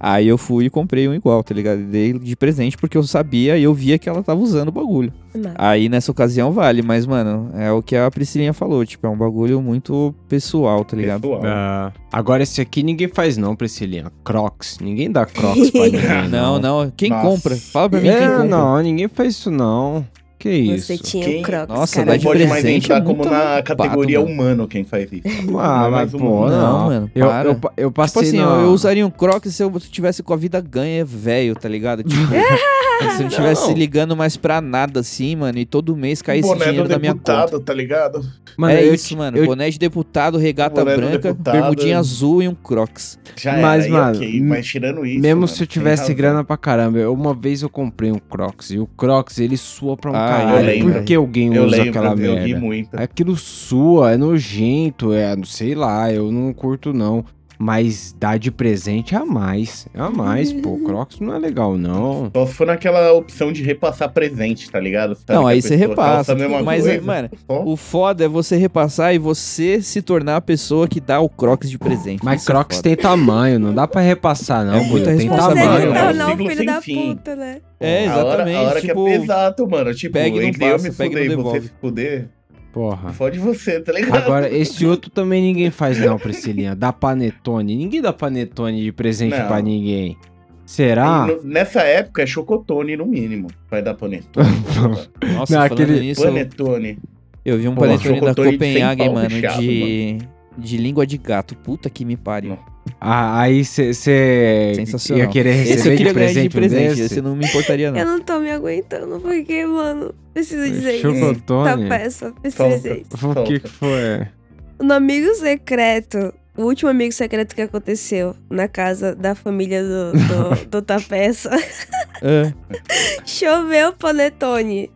Speaker 3: Aí eu fui e comprei um igual, tá ligado? E Dei de presente porque eu sabia e eu via que ela tava usando o bagulho.
Speaker 4: Mas-
Speaker 3: Aí nessa ocasião vale, mas, mano, é o que a Priscilinha falou, tipo, é um bagulho muito pessoal, tá ligado?
Speaker 1: Pessoal.
Speaker 2: Ah, agora, esse aqui ninguém faz não, Priscilinha. Crocs. Ninguém dá Crocs pra ninguém,
Speaker 3: Não, não, quem
Speaker 1: Nossa.
Speaker 3: compra? Fala pra mim quem
Speaker 2: É,
Speaker 3: compra.
Speaker 2: não, ninguém faz isso não. Que isso?
Speaker 4: Você tinha
Speaker 1: Quem-
Speaker 4: um Crocs,
Speaker 3: Nossa,
Speaker 4: cara.
Speaker 3: dá
Speaker 1: não
Speaker 3: de
Speaker 1: pode mais
Speaker 3: presente, é
Speaker 1: entrar como
Speaker 3: muito
Speaker 1: na
Speaker 3: roubado,
Speaker 1: categoria
Speaker 3: mano.
Speaker 1: humano quem faz isso. Não
Speaker 2: Ah,
Speaker 1: é
Speaker 2: mas
Speaker 1: mais
Speaker 2: pô,
Speaker 1: humano.
Speaker 3: Não,
Speaker 2: não.
Speaker 3: mano,
Speaker 2: eu,
Speaker 3: para.
Speaker 2: eu, pa- eu
Speaker 3: Tipo
Speaker 2: passei
Speaker 3: assim,
Speaker 2: na-
Speaker 3: eu, eu usaria um Crocs se eu tivesse com a vida ganha, velho, tá ligado? Tipo, se eu não tivesse
Speaker 2: Não.
Speaker 3: ligando mais pra nada assim, mano, e todo mês caísse
Speaker 1: Boné do
Speaker 3: dinheiro da minha conta.
Speaker 1: deputado, tá ligado?
Speaker 2: Mano,
Speaker 3: é
Speaker 2: eu
Speaker 3: isso,
Speaker 2: ti-
Speaker 3: mano.
Speaker 2: eu-
Speaker 3: Boné de deputado, regata
Speaker 1: Boné do
Speaker 3: branca,
Speaker 1: deputado. é.
Speaker 3: bermudinha azul e um Crocs.
Speaker 1: Já
Speaker 2: Mas,
Speaker 1: era, e
Speaker 2: mano,
Speaker 1: ok, mas tirando isso.
Speaker 2: mesmo
Speaker 1: mano,
Speaker 2: se eu
Speaker 1: tem
Speaker 2: tivesse
Speaker 1: razão.
Speaker 2: grana pra caramba, eu- uma vez eu comprei um Crocs e o Crocs ele sua pra um
Speaker 3: Ah,
Speaker 1: eu
Speaker 2: caralho.
Speaker 1: lembro.
Speaker 2: Por que alguém
Speaker 1: eu
Speaker 2: usa
Speaker 1: lembro,
Speaker 2: aquela
Speaker 1: eu
Speaker 2: merda?
Speaker 1: ri muito.
Speaker 2: Aquilo sua, é nojento, é, não sei lá, eu não curto não. Mas dá de presente a mais. A mais, pô. Crocs não é legal, não.
Speaker 1: Só se for naquela opção de repassar presente, tá ligado? Você
Speaker 3: não,
Speaker 1: que a
Speaker 3: aí você
Speaker 1: pessoa calça
Speaker 3: repassa. tipo,
Speaker 1: a mesma
Speaker 3: Mas,
Speaker 1: coisa,
Speaker 3: mano,
Speaker 1: só-
Speaker 3: o foda é você repassar e você se tornar a pessoa que dá o Crocs de presente.
Speaker 2: Mas
Speaker 3: Isso é
Speaker 2: Crocs
Speaker 3: foda.
Speaker 2: tem tamanho, não dá pra repassar, não.
Speaker 3: É
Speaker 2: pô,
Speaker 3: muita
Speaker 2: tem
Speaker 4: Você
Speaker 1: responsabilidade.
Speaker 2: tamanho. né?
Speaker 1: Mano,
Speaker 4: não,
Speaker 1: é um
Speaker 4: não,
Speaker 1: ciclo
Speaker 4: filho
Speaker 1: sem
Speaker 4: da
Speaker 1: fim.
Speaker 4: puta, né?
Speaker 3: É, exatamente.
Speaker 1: A hora, a hora
Speaker 3: tipo,
Speaker 1: que é pesado, mano. Tipo,
Speaker 3: pega e não
Speaker 1: entre eu me
Speaker 3: passa, pega
Speaker 1: fuder e
Speaker 3: e não
Speaker 1: você
Speaker 3: devolve. Ah.
Speaker 1: se fuder,
Speaker 2: Porra.
Speaker 1: fode você, tá ligado?
Speaker 2: Agora, esse outro também ninguém faz, não, Priscilinha. Dá panetone. Ninguém dá panetone de presente
Speaker 1: Não.
Speaker 2: pra ninguém.
Speaker 3: ah.
Speaker 2: Será?
Speaker 1: E no- nessa época é chocotone, no mínimo. Vai dar panetone.
Speaker 3: Nossa,
Speaker 2: Não,
Speaker 3: falando
Speaker 2: aquele-
Speaker 3: nisso, eu-
Speaker 1: panetone.
Speaker 3: eu vi um
Speaker 2: Porra,
Speaker 3: panetone da
Speaker 1: chocotone de cem
Speaker 3: Copenhagen,
Speaker 1: pau
Speaker 3: mano,
Speaker 1: fechado,
Speaker 3: de... de língua de gato. Puta que me pariu.
Speaker 2: Ah, aí você
Speaker 3: Sensacional.
Speaker 2: ia querer
Speaker 3: Esse eu
Speaker 2: receber
Speaker 3: queria
Speaker 2: de
Speaker 3: ganhar
Speaker 2: presente,
Speaker 3: de
Speaker 2: um
Speaker 3: presente,
Speaker 2: desse?
Speaker 3: esse eu não me importaria não.
Speaker 4: Eu não tô me aguentando, porque, mano, preciso dizer isso. Tá
Speaker 2: Chocotone?
Speaker 4: peça, preciso
Speaker 1: Solta.
Speaker 4: dizer isso.
Speaker 2: O que que foi?
Speaker 4: No amigo secreto, o último amigo secreto que aconteceu na casa da família do, do, do Tapeça,
Speaker 3: É.
Speaker 4: choveu panetone.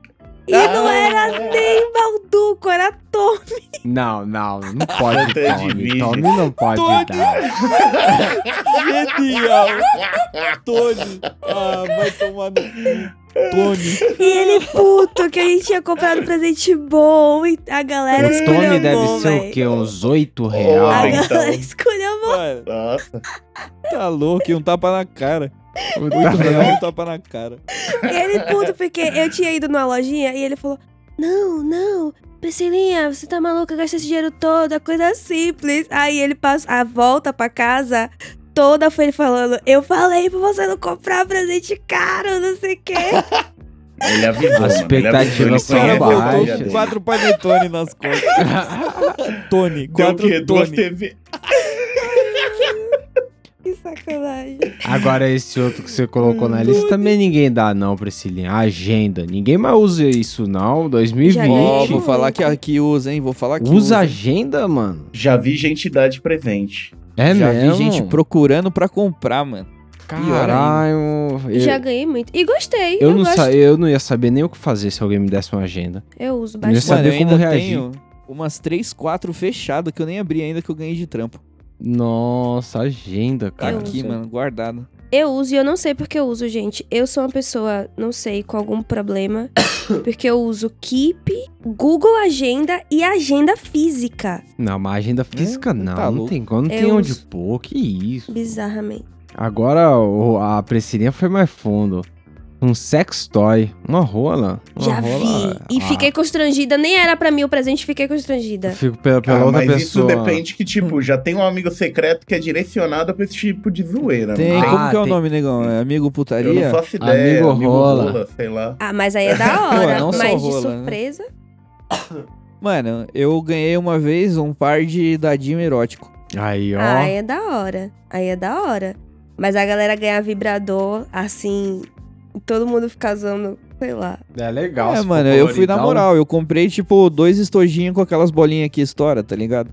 Speaker 4: E
Speaker 1: Ah.
Speaker 4: não era nem balduco, era Tom.
Speaker 2: Não, não, não pode
Speaker 1: Tanta
Speaker 2: Tommy.
Speaker 1: divide.
Speaker 2: Tommy não pode
Speaker 3: Tony.
Speaker 2: dar.
Speaker 3: Genial! Tony! Ah, vai tomar no Tony!
Speaker 4: E ele puto que a gente tinha comprado um presente bom e a galera
Speaker 2: O
Speaker 4: escolheu
Speaker 2: Tommy deve ser o quê? Uns 8
Speaker 4: A
Speaker 1: Ah,
Speaker 2: reais.
Speaker 1: então.
Speaker 4: galera escolheu
Speaker 3: Mano,
Speaker 1: Nossa,
Speaker 3: tá louco, e um tapa na cara.
Speaker 2: Tá-
Speaker 3: Muito real, um tapa na cara.
Speaker 4: E ele puto, porque eu tinha ido numa lojinha e ele falou: Não, não, Priscilinha, você tá maluca, gasta esse dinheiro todo, é coisa simples. Aí ele passa a volta pra casa. Toda foi ele falando, eu falei pra você não comprar presente caro, não sei o quê.
Speaker 1: ele avisou,
Speaker 2: A
Speaker 1: mano, ele avisou, ele
Speaker 2: expectativa foi
Speaker 1: conhece a
Speaker 2: baixa.
Speaker 1: família
Speaker 2: Quatro
Speaker 1: dele.
Speaker 3: quatro panetone nas costas. Tony,
Speaker 1: Deu o
Speaker 3: quatro
Speaker 1: quê? Duas
Speaker 3: Tony.
Speaker 1: TV?
Speaker 4: que sacanagem.
Speaker 2: Agora esse outro que você colocou na lista também ninguém dá não, Priscilinha. Agenda. Ninguém mais usa isso não,
Speaker 4: Já ganhei
Speaker 3: Ó,
Speaker 2: 2020.
Speaker 3: vou falar que aqui usa, hein? Vou falar que
Speaker 2: Usa
Speaker 3: usa.
Speaker 2: agenda, mano.
Speaker 1: Já vi gente dar de presente.
Speaker 2: É
Speaker 3: Já
Speaker 2: mesmo?
Speaker 3: vi gente procurando pra comprar, mano.
Speaker 2: Caralho. Eu,
Speaker 4: Já ganhei muito. E gostei. Eu,
Speaker 2: eu, não
Speaker 4: gosto.
Speaker 2: sa- eu não ia saber nem o que fazer se alguém me desse uma agenda.
Speaker 4: Eu uso
Speaker 2: Não ia
Speaker 4: bastante.
Speaker 2: saber
Speaker 3: mano, eu
Speaker 2: como
Speaker 3: ainda
Speaker 2: reagir.
Speaker 3: tenho umas 3, 4 fechadas que eu nem abri ainda que eu ganhei de trampo.
Speaker 2: Nossa, agenda,
Speaker 3: Tá
Speaker 2: cara.
Speaker 4: Eu
Speaker 3: aqui,
Speaker 4: uso.
Speaker 3: mano, guardado.
Speaker 4: Eu uso e eu não sei porque eu uso, gente. Eu sou uma pessoa, não sei, com algum problema. porque eu uso Keep, Google Agenda e Agenda Física.
Speaker 2: Não, mas agenda física
Speaker 3: Hum,
Speaker 2: não.
Speaker 3: tá
Speaker 2: não
Speaker 3: louco.
Speaker 2: tem como, não
Speaker 4: Eu
Speaker 2: tem onde
Speaker 4: uso.
Speaker 2: pôr. Que isso.
Speaker 4: Bizarramente.
Speaker 2: Agora o- a Priscilinha foi mais fundo. Um sex toy. Uma rola. Uma
Speaker 4: Já
Speaker 2: rola,
Speaker 4: vi. E
Speaker 2: ah,
Speaker 4: fiquei constrangida. Nem era pra mim o presente, fiquei constrangida.
Speaker 2: Fico pela, pela
Speaker 1: Ah,
Speaker 2: outra
Speaker 1: mas
Speaker 2: pessoa.
Speaker 1: isso depende que, tipo, já tem um amigo secreto que é direcionado pra esse tipo de zoeira.
Speaker 3: Tem,
Speaker 1: mano.
Speaker 2: Ah,
Speaker 3: como que é o
Speaker 2: tem.
Speaker 3: nome, negão? É amigo
Speaker 1: Eu
Speaker 3: putaria?
Speaker 1: não faço ideia.
Speaker 2: Amigo rola.
Speaker 1: sei lá.
Speaker 4: Ah, mas aí é da
Speaker 3: Pô,
Speaker 4: hora.
Speaker 3: não só
Speaker 4: mas de
Speaker 3: rola, né?
Speaker 4: surpresa.
Speaker 3: Mano, eu ganhei uma vez um par de dadinho erótico.
Speaker 2: Aí, ó.
Speaker 4: Ah, aí é da hora. Aí é da hora. Mas a galera ganhar vibrador, assim. Todo mundo ficar zoando, sei lá.
Speaker 2: É legal. se
Speaker 3: é,
Speaker 2: for um
Speaker 3: mano, eu fui na
Speaker 2: coloridão.
Speaker 3: moral. Eu comprei, tipo, dois estojinhos com aquelas bolinhas que estoura, tá ligado?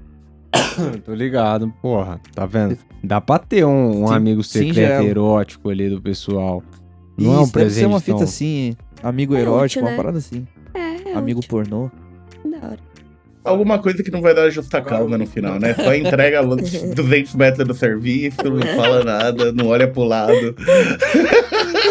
Speaker 2: Tô ligado, porra. Tá vendo? Dá pra ter um, um
Speaker 3: Sim-
Speaker 2: amigo secreto
Speaker 3: singelo.
Speaker 2: erótico ali do pessoal. Não é um
Speaker 3: Isso, deve ser
Speaker 2: presente,
Speaker 3: uma fita
Speaker 2: tão-
Speaker 3: assim, amigo
Speaker 4: É
Speaker 3: erótico,
Speaker 4: útil,
Speaker 3: uma
Speaker 4: né?
Speaker 3: parada assim.
Speaker 4: É, é
Speaker 3: amigo
Speaker 4: útil,
Speaker 3: pornô.
Speaker 4: da hora.
Speaker 1: Alguma coisa que não vai dar justa causa no final, né? Só entrega a 200 metros do serviço, não fala nada, não olha pro lado.
Speaker 3: Eu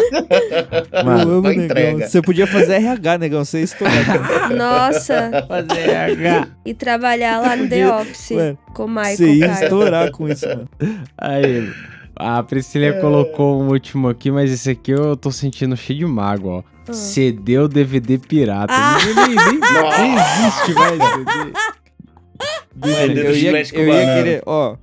Speaker 3: amo,
Speaker 1: Só
Speaker 3: negão.
Speaker 1: entrega.
Speaker 3: Você podia fazer RH, negão. Você estourar. cara.
Speaker 4: Nossa,
Speaker 2: Fazer RH.
Speaker 4: e trabalhar lá no The
Speaker 3: Podia-
Speaker 4: Office
Speaker 3: Ué,
Speaker 4: com o
Speaker 3: Você
Speaker 4: Michael,
Speaker 3: ia
Speaker 4: cara.
Speaker 3: estourar com isso, mano.
Speaker 2: Aí. A Priscilinha colocou um último aqui, mas esse aqui eu tô sentindo cheio de mágoa, ó.
Speaker 4: Ah.
Speaker 2: CD ou DVD pirata.
Speaker 4: Ah.
Speaker 2: Ninguém nem, nem- nem existe mais CD.
Speaker 1: Vendendo
Speaker 3: Eu ia,
Speaker 1: chiclete com
Speaker 3: eu ia
Speaker 1: banana.
Speaker 3: querer, ó.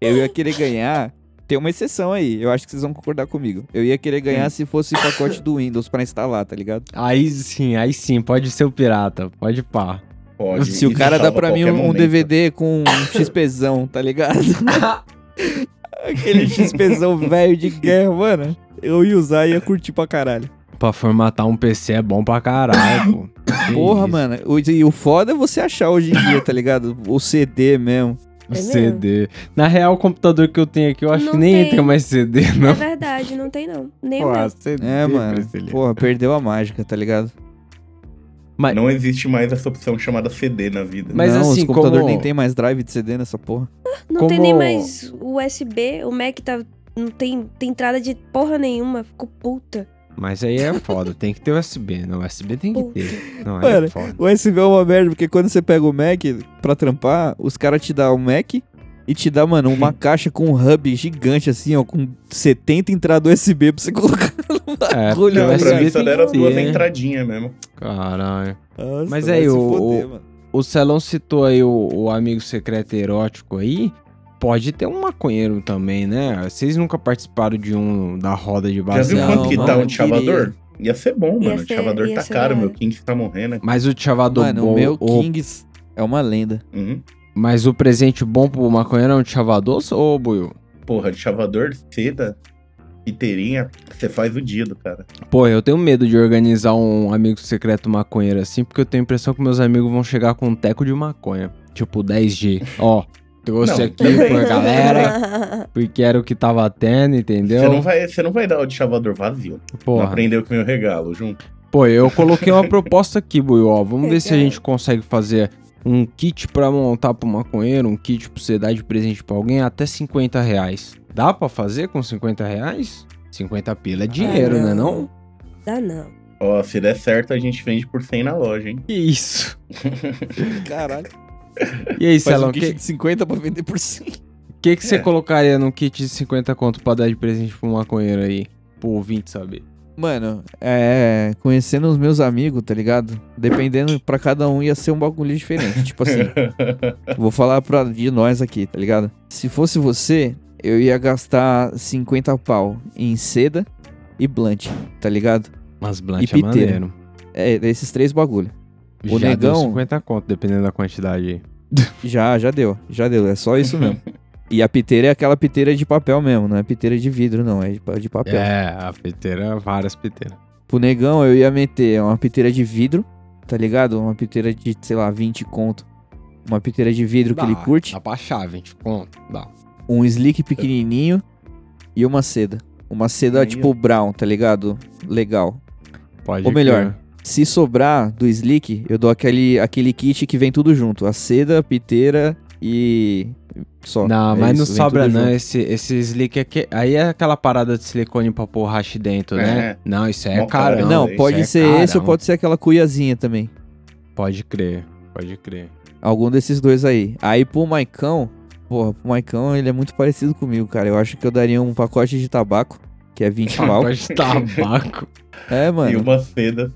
Speaker 3: Eu ia querer ganhar Tem uma exceção aí, eu acho que vocês vão concordar comigo. Eu ia querer ganhar se fosse o pacote do Windows pra instalar, tá ligado?
Speaker 2: Aí sim, aí sim, pode ser o pirata, pode pá.
Speaker 1: Pode,
Speaker 3: Se o
Speaker 1: isso
Speaker 3: cara dá
Speaker 1: salva
Speaker 3: pra mim
Speaker 1: qualquer
Speaker 3: um, um
Speaker 1: momento.
Speaker 3: DVD com um XPzão, tá ligado? Aquele XPzão velho de guerra, mano. Eu ia usar e ia curtir pra caralho.
Speaker 2: Pra formatar um PC é bom pra caralho, pô. Que
Speaker 3: Porra,
Speaker 2: isso.
Speaker 3: mano. o- E o foda é você achar hoje em dia, tá ligado? O CD mesmo.
Speaker 2: O
Speaker 4: É
Speaker 2: CD. Na real, o computador que eu tenho aqui, eu acho
Speaker 4: Não
Speaker 2: que nem
Speaker 4: tem.
Speaker 2: entra mais CD,
Speaker 4: É
Speaker 2: não.
Speaker 4: verdade, não tem não. Nem o
Speaker 2: Porra,
Speaker 4: meu.
Speaker 2: CD,
Speaker 3: É, mano.
Speaker 2: Priscilinha.
Speaker 3: Porra, perdeu a mágica, tá ligado?
Speaker 1: Não existe mais essa opção chamada CD na vida.
Speaker 2: Mas
Speaker 3: Não,
Speaker 2: assim,
Speaker 3: os computadores
Speaker 2: como-
Speaker 3: nem tem mais drive de CD nessa porra.
Speaker 4: Não tem
Speaker 2: Como-
Speaker 4: nem mais USB, o Mac tá. Não tem, tem entrada de porra nenhuma, fico puta.
Speaker 2: Mas aí é foda, tem que ter USB. Não, USB tem que
Speaker 4: Puta.
Speaker 2: ter. Não, aí
Speaker 3: Mano,
Speaker 2: é foda.
Speaker 3: O USB é uma merda, porque quando você pega o Mac pra trampar, os caras te dão o Mac e te dá, mano, uma caixa com um hub gigante, assim, ó, com 70 entradas USB pra você colocar.
Speaker 2: É,
Speaker 3: bagulho,
Speaker 2: porque o
Speaker 3: né?
Speaker 1: Não, pra
Speaker 2: USB
Speaker 1: mim só
Speaker 2: tem
Speaker 1: deram
Speaker 2: que
Speaker 1: as duas
Speaker 2: ter.
Speaker 1: entradinhas mesmo.
Speaker 2: Caralho.
Speaker 3: Nossa,
Speaker 2: Mas
Speaker 3: vai
Speaker 2: aí,
Speaker 3: se
Speaker 2: o-
Speaker 3: foder, mano.
Speaker 2: O Celão citou aí o, o amigo secreto erótico aí. Pode ter um maconheiro também, né? Vocês nunca participaram de um da roda de
Speaker 1: Já
Speaker 2: base.
Speaker 1: viu
Speaker 3: não,
Speaker 1: quanto que
Speaker 3: não,
Speaker 1: tá
Speaker 3: não
Speaker 1: um chavador? Ia ser bom,
Speaker 4: Ia
Speaker 1: mano. O
Speaker 4: ser-
Speaker 1: chavador
Speaker 4: ia
Speaker 1: tá
Speaker 4: ser
Speaker 1: caro,
Speaker 4: da
Speaker 1: meu.
Speaker 4: hora.
Speaker 1: King tá morrendo. aqui.
Speaker 2: Mas o chavador
Speaker 3: Mano,
Speaker 2: bom.
Speaker 3: o meu
Speaker 2: o-
Speaker 3: Kings é uma lenda.
Speaker 1: Uhum.
Speaker 2: Mas o presente bom pro maconheiro é um chavador ou buio?
Speaker 1: Porra, de chavador, seda, piteirinha, você faz o dia do cara.
Speaker 2: Pô, eu tenho medo de organizar um amigo secreto maconheiro assim, porque eu tenho a impressão que meus amigos vão chegar com um teco de maconha. Tipo 10G. Ó, trouxe
Speaker 1: Não,
Speaker 2: aqui
Speaker 1: também.
Speaker 2: pra galera, porque era o que tava tendo,
Speaker 1: Você não,
Speaker 2: entendeu?
Speaker 1: vai, você não vai dar o de chavador vazio. Não
Speaker 2: Porra.
Speaker 1: aprendeu com o meu regalo, junto.
Speaker 2: Pô, eu coloquei uma proposta aqui, Buiu, ó. Vamos ver se a
Speaker 4: Legal.
Speaker 2: gente consegue fazer um kit pra montar pro maconheiro, um kit pra você dar de presente pra alguém, até 50 reais. Dá pra fazer com 50 reais? 50 pila é dinheiro,
Speaker 4: Ah,
Speaker 2: né
Speaker 4: não.
Speaker 2: não?
Speaker 4: Dá não.
Speaker 1: Ó, se der certo, a gente vende por 100 na loja, hein?
Speaker 2: Que isso.
Speaker 3: Caralho.
Speaker 2: E aí,
Speaker 3: Faz
Speaker 2: Celão,
Speaker 3: um
Speaker 2: o
Speaker 3: kit
Speaker 2: que,
Speaker 3: de 50 pra vender por 100.
Speaker 2: que, que você
Speaker 1: É.
Speaker 2: colocaria num kit de 50 conto pra dar de presente pro maconheiro aí? Pro ouvinte saber.
Speaker 3: Mano, é. Conhecendo os meus amigos, tá ligado? Dependendo, pra cada um ia ser um bagulho diferente. tipo assim, vou falar pra, de nós aqui, tá ligado? Se fosse você, eu ia gastar 50 pau em seda e blunt, tá ligado?
Speaker 2: Mas
Speaker 3: E
Speaker 2: Blanche é
Speaker 3: piteira.
Speaker 2: maneiro.
Speaker 3: É, esses três bagulho. O
Speaker 2: Já deu
Speaker 3: negão-
Speaker 2: 50 conto, dependendo da quantidade aí.
Speaker 3: Já, já deu, já deu, é só isso mesmo. E a piteira é aquela piteira de papel mesmo, não é piteira de vidro, não, é de, pa- de papel.
Speaker 2: É, a piteira, várias piteiras.
Speaker 3: Pro negão eu ia meter é uma piteira de vidro, tá ligado? Uma piteira de, sei lá, 20 conto. Uma piteira de vidro que ele curte,
Speaker 2: Dá pra achar, 20 conto. Dá.
Speaker 3: um slick pequenininho e uma seda. Uma seda
Speaker 1: Aí,
Speaker 3: tipo brown, tá ligado? Legal.
Speaker 2: Pode
Speaker 3: Ou
Speaker 2: crer.
Speaker 3: melhor, Se sobrar do slick, eu dou aquele, aquele kit que vem tudo junto. A seda, a piteira e só.
Speaker 2: Não,
Speaker 3: É
Speaker 2: mas
Speaker 3: isso,
Speaker 2: não
Speaker 3: vem
Speaker 2: sobra
Speaker 3: tudo
Speaker 2: não
Speaker 3: junto.
Speaker 2: esse, esse slick aqui. Aí é aquela parada de silicone pra pôr hash dentro, né?
Speaker 1: É.
Speaker 2: Não, isso é
Speaker 1: Mó
Speaker 2: caro.
Speaker 1: carão,
Speaker 3: Não,
Speaker 1: isso
Speaker 3: pode
Speaker 2: é
Speaker 3: ser esse ou
Speaker 2: carão.
Speaker 3: pode ser aquela cuiazinha também.
Speaker 2: Pode crer, pode crer.
Speaker 3: Algum desses dois aí. Aí pro Maicão, porra, pro Maicão ele é muito parecido comigo, cara. Eu acho que eu daria um pacote de tabaco, que é 20 pau.
Speaker 2: Pode de tabaco.
Speaker 3: É,
Speaker 1: E
Speaker 3: mano.
Speaker 1: uma seda.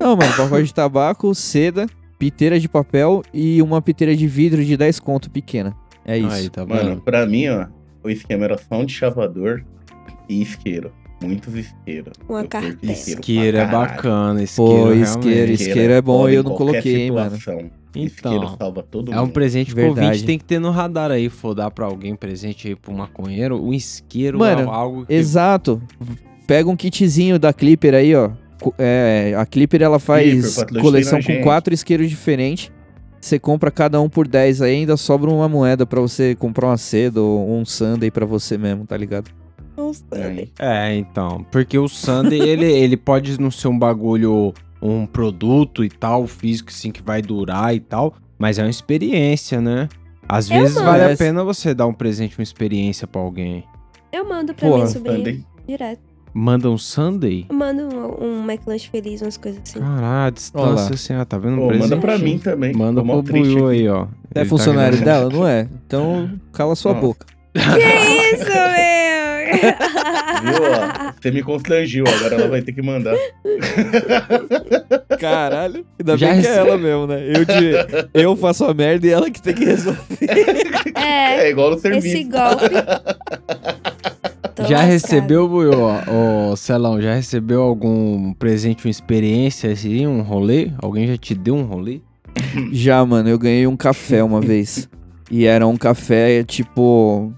Speaker 3: Não, mano, pacote de tabaco, seda, piteira de papel e uma piteira de vidro de 10 conto pequena. É isso.
Speaker 2: Aí, tá vendo?
Speaker 1: Mano, pra mim, ó, o esquema era só um de chavador e isqueiro. Muitos isqueiros.
Speaker 4: Uma
Speaker 1: Eu curto
Speaker 4: cartela.
Speaker 2: Isqueiro é
Speaker 1: pra caralho.
Speaker 2: bacana, isqueiro,
Speaker 3: Pô, isqueiro,
Speaker 2: realmente.
Speaker 3: isqueiro é bom
Speaker 1: foda
Speaker 3: e
Speaker 1: em
Speaker 3: eu não
Speaker 1: qualquer
Speaker 3: coloquei, hein, mano.
Speaker 1: situação. Isqueiro
Speaker 2: Então,
Speaker 1: salva todo
Speaker 2: é um
Speaker 1: mundo.
Speaker 2: presente que o
Speaker 3: Verdade.
Speaker 2: ouvinte tem que ter no radar aí, for dar pra alguém presente aí pro maconheiro, o isqueiro é
Speaker 3: Mano,
Speaker 2: algo que...
Speaker 3: Exato. Pega um kitzinho da Clipper aí, ó. Co- É, a Clipper ela faz
Speaker 1: Clipper, patrocina
Speaker 3: coleção
Speaker 1: a
Speaker 3: com
Speaker 1: gente.
Speaker 3: quatro isqueiros diferentes. Você compra cada um por 10 aí, ainda sobra uma moeda pra você comprar uma seda ou um sundae pra você mesmo, tá ligado?
Speaker 4: Nossa,
Speaker 1: Aí.
Speaker 2: É, então, porque o Sunday, ele, ele pode não ser um bagulho, um produto e tal, físico assim, que vai durar e tal, mas é uma experiência, né? Às
Speaker 3: É,
Speaker 2: vezes
Speaker 4: mano.
Speaker 2: vale a
Speaker 3: Parece.
Speaker 2: pena você dar um presente, uma experiência pra alguém.
Speaker 4: Eu mando pra
Speaker 3: Porra,
Speaker 4: minha sobrinha
Speaker 1: Sunday.
Speaker 4: direto.
Speaker 2: Manda um Sunday?
Speaker 4: Eu mando um, um McLunch feliz, umas coisas assim.
Speaker 2: Caralho, a
Speaker 3: Olha lá.
Speaker 2: distância assim, ah, tá vendo? um
Speaker 1: Pô, manda
Speaker 2: presente?
Speaker 1: pra mim também.
Speaker 2: Manda
Speaker 1: Tô mó
Speaker 2: pro
Speaker 1: triste
Speaker 2: Buiu
Speaker 1: aqui.
Speaker 2: aí, ó.
Speaker 3: É
Speaker 2: Ele tá
Speaker 3: funcionário
Speaker 2: querendo-
Speaker 3: dela, não é? Então cala sua
Speaker 1: Ó.
Speaker 3: boca.
Speaker 4: Que isso, meu!
Speaker 1: Viu, ó? Você me constrangiu, agora ela vai ter que mandar.
Speaker 3: Caralho. Ainda
Speaker 2: Já
Speaker 3: bem que é
Speaker 2: rece-
Speaker 3: ela mesmo, né? Eu, de- eu faço a merda e ela que tem que resolver.
Speaker 4: É,
Speaker 1: É igual no
Speaker 4: esse
Speaker 1: serviço.
Speaker 4: golpe.
Speaker 2: já
Speaker 4: lascado.
Speaker 2: recebeu, ô, ô, Celão, já recebeu algum presente, uma experiência assim, um rolê? Alguém já te deu um rolê?
Speaker 3: Já, mano, eu ganhei um café uma vez. E era um café, tipo.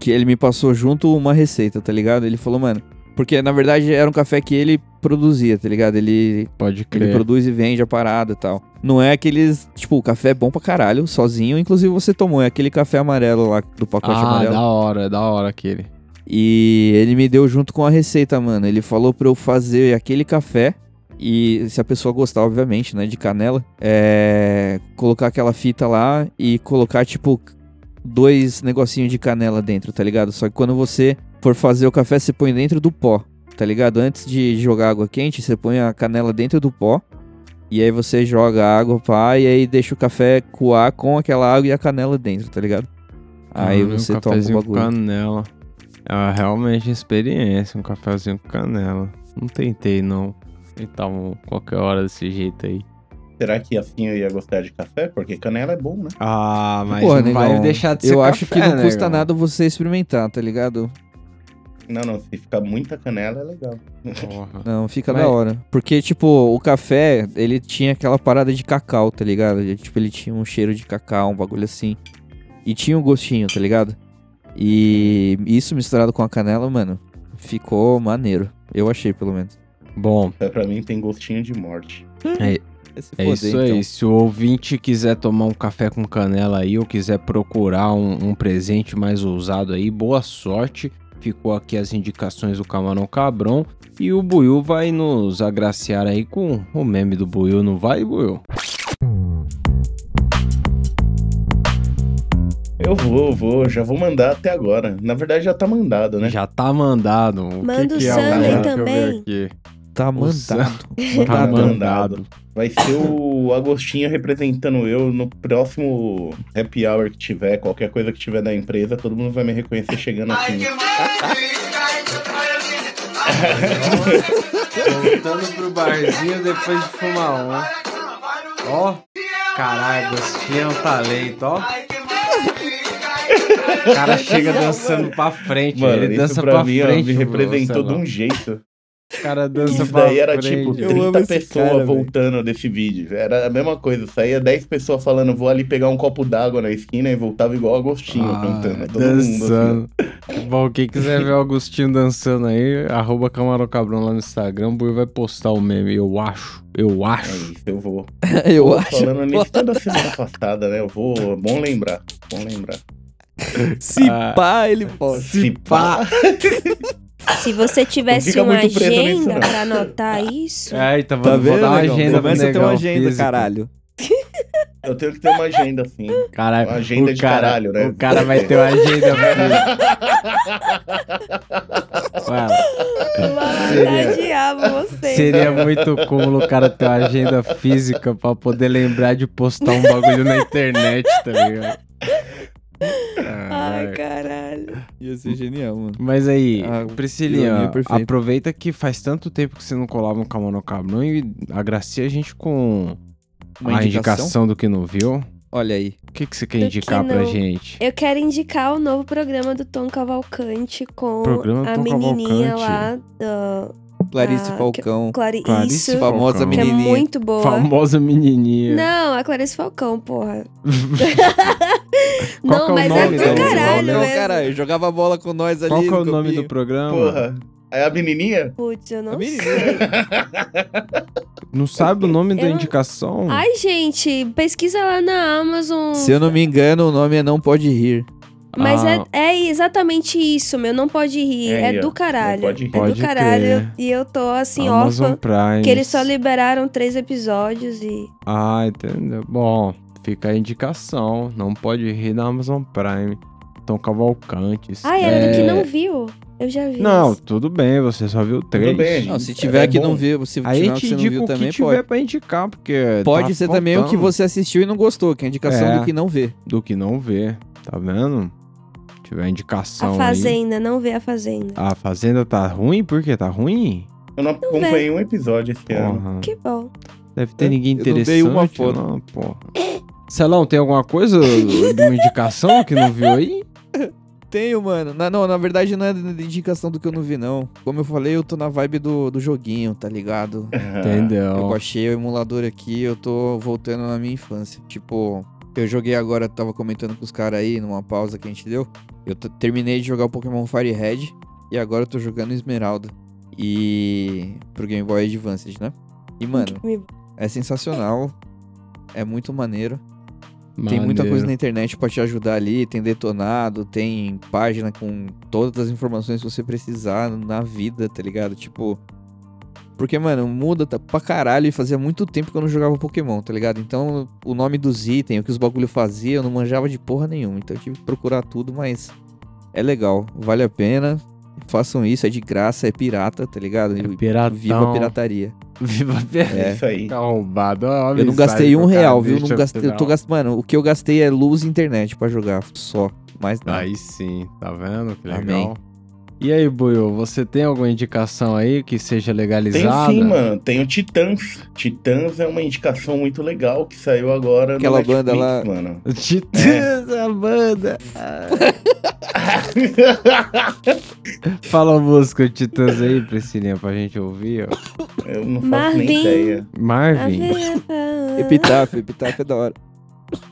Speaker 3: Que ele me passou junto uma receita, tá ligado? Ele falou, mano. Porque na verdade era um café que ele produzia, tá ligado? Ele,
Speaker 2: Pode
Speaker 3: ele
Speaker 2: crer.
Speaker 3: produz e vende a parada e tal. Não é aqueles. Tipo, o café é bom pra caralho, sozinho. Inclusive você tomou, é aquele café amarelo lá do pacote
Speaker 2: Ah,
Speaker 3: amarelo.
Speaker 2: da hora, da hora aquele.
Speaker 3: E ele me deu junto com a receita, mano. Ele falou pra eu fazer aquele café. E se a pessoa gostar, obviamente, né? De canela. É. Colocar aquela fita lá e colocar, tipo, dois negocinhos de canela dentro, tá ligado? Só que quando você for fazer o café, você põe dentro do pó, tá ligado? Antes de jogar água quente, você põe a canela dentro do pó. E aí você joga a água, pá, e aí deixa o café coar com aquela água e a canela dentro, tá ligado? Aí
Speaker 2: Caralho,
Speaker 3: você
Speaker 2: um
Speaker 3: toma o
Speaker 2: cafezinho com
Speaker 3: bagulho.
Speaker 2: canela. É realmente experiência, um cafezinho com canela. Não tentei, não. Então, qualquer hora desse jeito aí.
Speaker 1: Será que assim eu ia gostar de café? Porque canela é bom, né?
Speaker 2: Ah, mas
Speaker 3: Pô,
Speaker 2: não vai
Speaker 3: negão,
Speaker 2: deixar de ser
Speaker 3: Eu acho
Speaker 2: café,
Speaker 3: que não
Speaker 2: né,
Speaker 3: custa
Speaker 2: negão?
Speaker 3: nada você experimentar, tá ligado?
Speaker 1: Não, não, se ficar muita canela é legal.
Speaker 2: Porra.
Speaker 3: Não, fica
Speaker 2: Mas-
Speaker 3: da hora. Porque, tipo, o café, ele tinha aquela parada de cacau, tá ligado? Ele, Tipo, ele tinha um cheiro de cacau, um bagulho assim. E tinha um gostinho, tá ligado? E isso misturado com a canela, mano, ficou maneiro. Eu achei, pelo menos.
Speaker 2: Bom,
Speaker 1: Pra mim tem gostinho de morte.
Speaker 2: é isso aí. Se o ouvinte quiser tomar um café com canela aí ou quiser procurar um, um presente mais ousado aí, boa sorte. Ficou aqui as indicações do Camarão Cabrão. E o Buiu vai nos agraciar aí com o meme do Buiu, não vai, Buiu?
Speaker 1: Eu vou, vou, já vou mandar até agora. Na verdade já tá mandado, né?
Speaker 2: Já tá mandado. O
Speaker 4: Manda
Speaker 2: que
Speaker 4: o
Speaker 2: que é
Speaker 1: Sunday
Speaker 2: agora? Deixa eu
Speaker 4: também.
Speaker 2: ver aqui.
Speaker 3: Tá
Speaker 2: Nossa.
Speaker 3: mandado.
Speaker 2: Tá
Speaker 1: mandado.
Speaker 2: mandado.
Speaker 1: Vai ser o Agostinho representando eu no próximo happy hour que tiver, qualquer coisa que tiver da empresa, todo mundo vai me reconhecer chegando assim.
Speaker 2: Voltando pro barzinho depois de fumar um. Ó, caralho, Agostinho é um talento, ó. O cara chega dançando pra frente,
Speaker 1: Mano,
Speaker 2: ele
Speaker 1: isso
Speaker 2: dança
Speaker 1: pra
Speaker 2: pra
Speaker 1: mim ó,
Speaker 2: frente.
Speaker 1: me
Speaker 2: bro, sei
Speaker 1: representou de
Speaker 2: lá.
Speaker 1: um jeito.
Speaker 2: O cara dança
Speaker 1: Isso
Speaker 2: pra
Speaker 1: daí era
Speaker 2: frente.
Speaker 1: tipo
Speaker 3: Eu amo
Speaker 1: 30
Speaker 3: esse
Speaker 1: pessoas
Speaker 3: cara, velho.
Speaker 1: voltando desse vídeo. Era a mesma coisa. Saía 10 pessoas falando, vou ali pegar um copo d'água na esquina e voltava igual Agostinho
Speaker 2: Ah,
Speaker 1: cantando. Todo mundo assim.
Speaker 2: dançando. Bom, quem quiser ver o Agostinho dançando aí, arroba Camarão Cabrão lá no Instagram, o Bui vai postar o meme, eu acho, eu
Speaker 1: É
Speaker 2: acho.
Speaker 1: isso, eu vou.
Speaker 3: Eu
Speaker 1: Pô,
Speaker 3: acho.
Speaker 1: Falando nisso toda semana passada, né? Eu vou. Bom lembrar. Bom lembrar.
Speaker 3: Se
Speaker 2: Ah.
Speaker 3: pá, ele pode.
Speaker 1: Se pá.
Speaker 4: Se você tivesse
Speaker 1: fica
Speaker 4: uma
Speaker 1: muito preso nisso,
Speaker 4: agenda
Speaker 1: não.
Speaker 4: pra anotar isso,
Speaker 2: É, então
Speaker 3: Tá
Speaker 2: vou, vou
Speaker 3: vendo?
Speaker 2: dar uma
Speaker 3: negão?
Speaker 2: agenda pro
Speaker 3: Começa a ter uma
Speaker 2: negão
Speaker 3: agenda,
Speaker 2: físico.
Speaker 3: caralho.
Speaker 1: Eu tenho que ter uma agenda assim.
Speaker 2: Caralho,
Speaker 1: Uma agenda
Speaker 2: o
Speaker 1: de
Speaker 2: cara,
Speaker 1: caralho, né?
Speaker 2: O cara vai ter uma agenda pra Mano,
Speaker 4: vai diabo você.
Speaker 2: seria muito cúmulo o cara ter uma agenda física pra poder lembrar de postar um bagulho na internet, tá ligado?
Speaker 4: Ai,
Speaker 2: Caralho.
Speaker 4: caralho.
Speaker 3: Ia ser genial, mano.
Speaker 2: Mas aí,
Speaker 3: Ah,
Speaker 2: Priscilinha,
Speaker 3: ironia perfeita.
Speaker 2: aproveita que faz tanto tempo que você não colava um Camão no Cabrão e agracia a gente com
Speaker 3: Uma
Speaker 2: a indicação do que não viu.
Speaker 3: Olha aí.
Speaker 2: O que, que você quer
Speaker 4: Do que
Speaker 2: indicar pra
Speaker 4: não-
Speaker 2: gente?
Speaker 4: Eu quero indicar o novo programa do Tom Cavalcante com
Speaker 2: Programa do
Speaker 4: a
Speaker 2: Tom
Speaker 4: menininha
Speaker 2: Cavalcante.
Speaker 4: lá, do
Speaker 3: Clarice
Speaker 4: Ah,
Speaker 3: Falcão.
Speaker 4: Clari...
Speaker 2: Clarice
Speaker 4: isso,
Speaker 2: Falcão.
Speaker 3: Famosa
Speaker 4: que é
Speaker 3: menininha.
Speaker 4: muito boa.
Speaker 2: Famosa menininha.
Speaker 4: Não, a Clarice Falcão, porra.
Speaker 2: Qual que é o
Speaker 4: não, mas é
Speaker 2: nome
Speaker 4: do
Speaker 2: dela?
Speaker 4: caralho.
Speaker 3: Não,
Speaker 4: é-
Speaker 3: caralho, jogava bola com nós ali.
Speaker 2: Qual que é o
Speaker 3: no
Speaker 2: nome
Speaker 3: campinho. É
Speaker 2: do programa?
Speaker 1: Porra. Aí a menininha?
Speaker 4: Putz, eu não
Speaker 3: A
Speaker 4: sei.
Speaker 3: menina.
Speaker 2: Não sabe o nome da
Speaker 4: Eu-
Speaker 2: indicação?
Speaker 4: Ai, gente, pesquisa lá na Amazon.
Speaker 3: Se eu não me engano, o nome é Não Pode Rir.
Speaker 4: Mas
Speaker 2: Ah.
Speaker 4: é, é exatamente isso, meu. Não pode rir.
Speaker 1: É,
Speaker 4: É,
Speaker 1: aí, ó.
Speaker 4: do
Speaker 1: Não
Speaker 4: caralho.
Speaker 1: pode rir.
Speaker 4: é
Speaker 2: Pode
Speaker 4: do caralho.
Speaker 2: crer.
Speaker 4: E eu tô assim,
Speaker 2: Amazon
Speaker 4: órfã.
Speaker 2: Prime.
Speaker 4: Que eles só liberaram três episódios e.
Speaker 2: Ah, entendeu. Bom, fica a indicação. Não pode rir da Amazon Prime. Tom Cavalcante.
Speaker 4: Ah, era do que
Speaker 2: É.
Speaker 4: não viu. Eu já vi.
Speaker 2: Não,
Speaker 4: isso.
Speaker 2: tudo bem, você só viu três.
Speaker 1: bem.
Speaker 3: Não, se tiver
Speaker 1: É
Speaker 3: que
Speaker 1: bom.
Speaker 3: não viu, se
Speaker 2: Aí
Speaker 3: tiver
Speaker 2: a gente
Speaker 3: que você não
Speaker 2: indica
Speaker 3: viu
Speaker 2: o que
Speaker 3: também,
Speaker 2: tiver
Speaker 3: pode.
Speaker 2: pra indicar, porque.
Speaker 3: Pode
Speaker 2: tá
Speaker 3: ser também o que
Speaker 2: faltando
Speaker 3: você assistiu e não gostou, que é a indicação
Speaker 2: É.
Speaker 3: do que não vê.
Speaker 2: Do que não vê, tá vendo? Se tiver
Speaker 4: A
Speaker 2: indicação. Aí.
Speaker 4: Fazenda, não vê a Fazenda.
Speaker 2: A Fazenda tá ruim? Por quê? Tá ruim?
Speaker 1: Eu não acompanhei um episódio esse ano.
Speaker 2: Porra.
Speaker 4: Que bom.
Speaker 2: Deve ter ninguém
Speaker 3: Eu não dei
Speaker 2: interessante.
Speaker 3: uma foto.
Speaker 2: Não, porra. Celão, tem alguma coisa de uma indicação que não viu aí?
Speaker 3: tenho, mano. Na- não, na verdade não é de- de indicação do que eu não vi, não. Como eu falei, eu tô na vibe do, do joguinho, tá ligado? Eu
Speaker 2: Entendeu?
Speaker 3: baixei o emulador aqui eu tô voltando na minha infância. Tipo, eu joguei agora, tava comentando com os caras aí, numa pausa que a gente deu. Eu t- terminei de jogar o Pokémon Firehead e agora eu tô jogando Esmeralda. E. pro Game Boy Advance, né? E, mano,
Speaker 4: Me-
Speaker 3: é sensacional. É muito maneiro. Tem muita coisa na internet pra te ajudar ali, tem detonado, tem página com todas as informações que você precisar na vida, tá ligado? Tipo. Porque, mano, muda tá, pra caralho e fazia muito tempo que eu não jogava Pokémon, tá ligado? Então, o nome dos itens, o que os bagulho fazia, eu não manjava de porra nenhuma. Então, eu tive que procurar tudo, mas é legal, vale a pena. Façam isso, é de graça, é pirata, tá ligado? E
Speaker 2: É Piratão.
Speaker 3: Viva a pirataria.
Speaker 2: Viva pirata.
Speaker 1: É isso aí.
Speaker 2: Tá arrombado. Ó, a
Speaker 3: Eu não
Speaker 2: mensagem
Speaker 3: gastei um
Speaker 2: pro cara,
Speaker 3: real, viu?
Speaker 2: deixa um.
Speaker 3: Não gastei, eu tô
Speaker 2: final.
Speaker 3: gastando, mano, o que eu gastei é luz e internet pra jogar, só. Mais nada.
Speaker 2: Aí sim, tá vendo? Que
Speaker 3: Amém.
Speaker 2: legal. E aí, Buio, você tem alguma indicação aí que seja
Speaker 1: Tem
Speaker 2: legalizada?
Speaker 1: sim, mano. Tem o Titãs. Titãs é uma indicação muito legal que saiu agora
Speaker 3: Aquela
Speaker 1: no Netflix,
Speaker 3: banda lá-
Speaker 1: mano.
Speaker 2: Titãs, a banda. Fala a música do Titãs aí, Priscilinha, pra gente ouvir. ó.
Speaker 1: Eu não faço nem
Speaker 4: Marvin.
Speaker 1: ideia.
Speaker 2: Marvin.
Speaker 3: Epitáfio, epitáfio é da hora.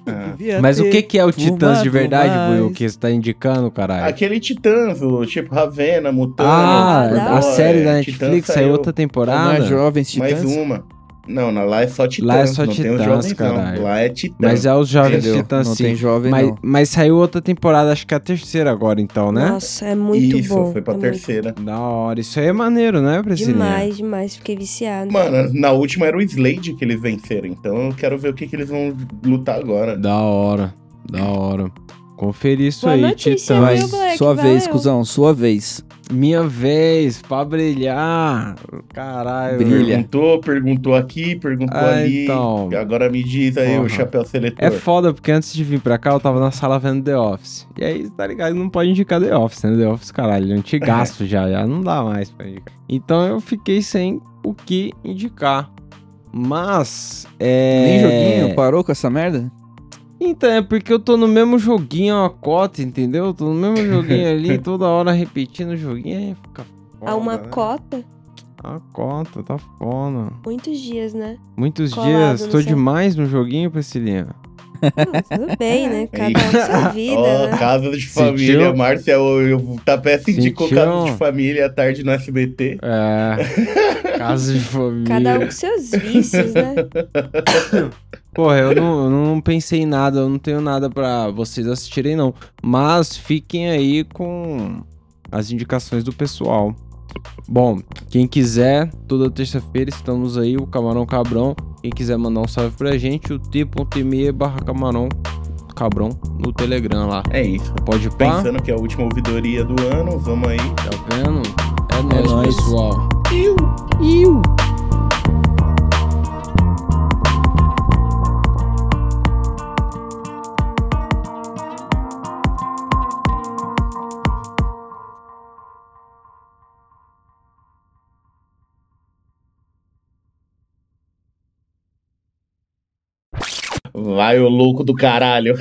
Speaker 1: Ah.
Speaker 2: Mas o que, que é o Titãs de
Speaker 3: fumado
Speaker 2: verdade, Buio,
Speaker 3: mais.
Speaker 2: que você tá indicando, caralho?
Speaker 1: Aquele Titãs, o tipo Ravena, Mutano.
Speaker 2: Ah,
Speaker 4: Agora,
Speaker 2: a série da
Speaker 1: é,
Speaker 2: Netflix
Speaker 1: Titãs
Speaker 2: saiu outra temporada.
Speaker 3: Não é jovens
Speaker 1: Mais
Speaker 3: titãs?
Speaker 1: uma. Não, não, lá é só Titãs.
Speaker 2: Lá é só
Speaker 1: não tem os
Speaker 2: Titãs,
Speaker 1: jovens,
Speaker 2: caralho.
Speaker 1: não. Lá é Titãs.
Speaker 2: Mas é os jovens
Speaker 3: Entendeu?
Speaker 2: titãs,
Speaker 3: não
Speaker 2: sim.
Speaker 3: tem jovem,
Speaker 2: mas,
Speaker 3: não.
Speaker 2: mas saiu outra temporada, acho que é a terceira agora, então, né?
Speaker 4: Nossa, é muito
Speaker 1: Isso,
Speaker 4: bom.
Speaker 1: foi pra
Speaker 4: é muito-
Speaker 1: terceira.
Speaker 2: Da hora. Isso aí é maneiro, né, Priscilinha?
Speaker 4: Demais, demais. Fiquei viciado.
Speaker 1: Mano, na última era o Slade que eles venceram, então eu quero ver o que, que eles vão lutar agora.
Speaker 2: Da hora. Da hora. Conferir isso
Speaker 4: Boa
Speaker 2: aí,
Speaker 4: notícia,
Speaker 2: Titãs.
Speaker 4: viu, Black?
Speaker 3: sua
Speaker 4: Valeu.
Speaker 3: vez, cuzão, sua vez.
Speaker 2: Minha vez pra brilhar. Caralho.
Speaker 3: Brilha.
Speaker 1: Perguntou, perguntou aqui, perguntou
Speaker 2: Ah,
Speaker 1: ali.
Speaker 2: então.
Speaker 1: Agora me diz aí
Speaker 2: Porra.
Speaker 1: o chapéu seletor.
Speaker 2: É foda, porque antes de vir pra cá, eu tava na sala vendo The Office. E aí, tá ligado? Não pode indicar The Office, né? The Office, caralho, antigaço já, já não dá mais pra indicar. Então eu fiquei sem o que indicar. Mas, é...
Speaker 3: Nem joguinho, parou com essa merda?
Speaker 2: Então, é porque eu tô no mesmo joguinho, a cota, entendeu? Eu Tô no mesmo joguinho ali, toda hora repetindo o joguinho, aí fica foda,
Speaker 4: Há uma
Speaker 2: né?
Speaker 4: cota,
Speaker 2: A cota, tá foda.
Speaker 4: muitos dias, né?
Speaker 2: Muitos
Speaker 4: Colado
Speaker 2: dias,
Speaker 4: no
Speaker 2: tô
Speaker 4: seu-
Speaker 2: demais no joguinho, Priscilinha.
Speaker 4: Não, tudo bem, né? Cada um com sua vida,
Speaker 1: É. Ó,
Speaker 4: né?
Speaker 1: Casa de
Speaker 2: Sentiu?
Speaker 1: Família, Márcia, tá o, o Tapete indicou
Speaker 2: Sentiu?
Speaker 1: Casa de Família à tarde no SBT.
Speaker 2: É, casa de família.
Speaker 4: Cada um com seus vícios, né?
Speaker 2: Porra, eu não, eu não pensei em nada, eu não tenho nada pra vocês assistirem, não. Mas fiquem aí com as indicações do pessoal. Bom, quem quiser, toda terça-feira estamos aí, o Camarão Cabrão. Quem quiser mandar um salve pra gente, o t.me barra camarão cabrão no Telegram lá.
Speaker 1: É isso.
Speaker 2: Pode pá,
Speaker 1: Pensando que é a última ouvidoria do ano, vamos aí.
Speaker 2: tá vendo? É nóis,
Speaker 3: nóis.
Speaker 2: pessoal.
Speaker 1: Vai, o louco do caralho.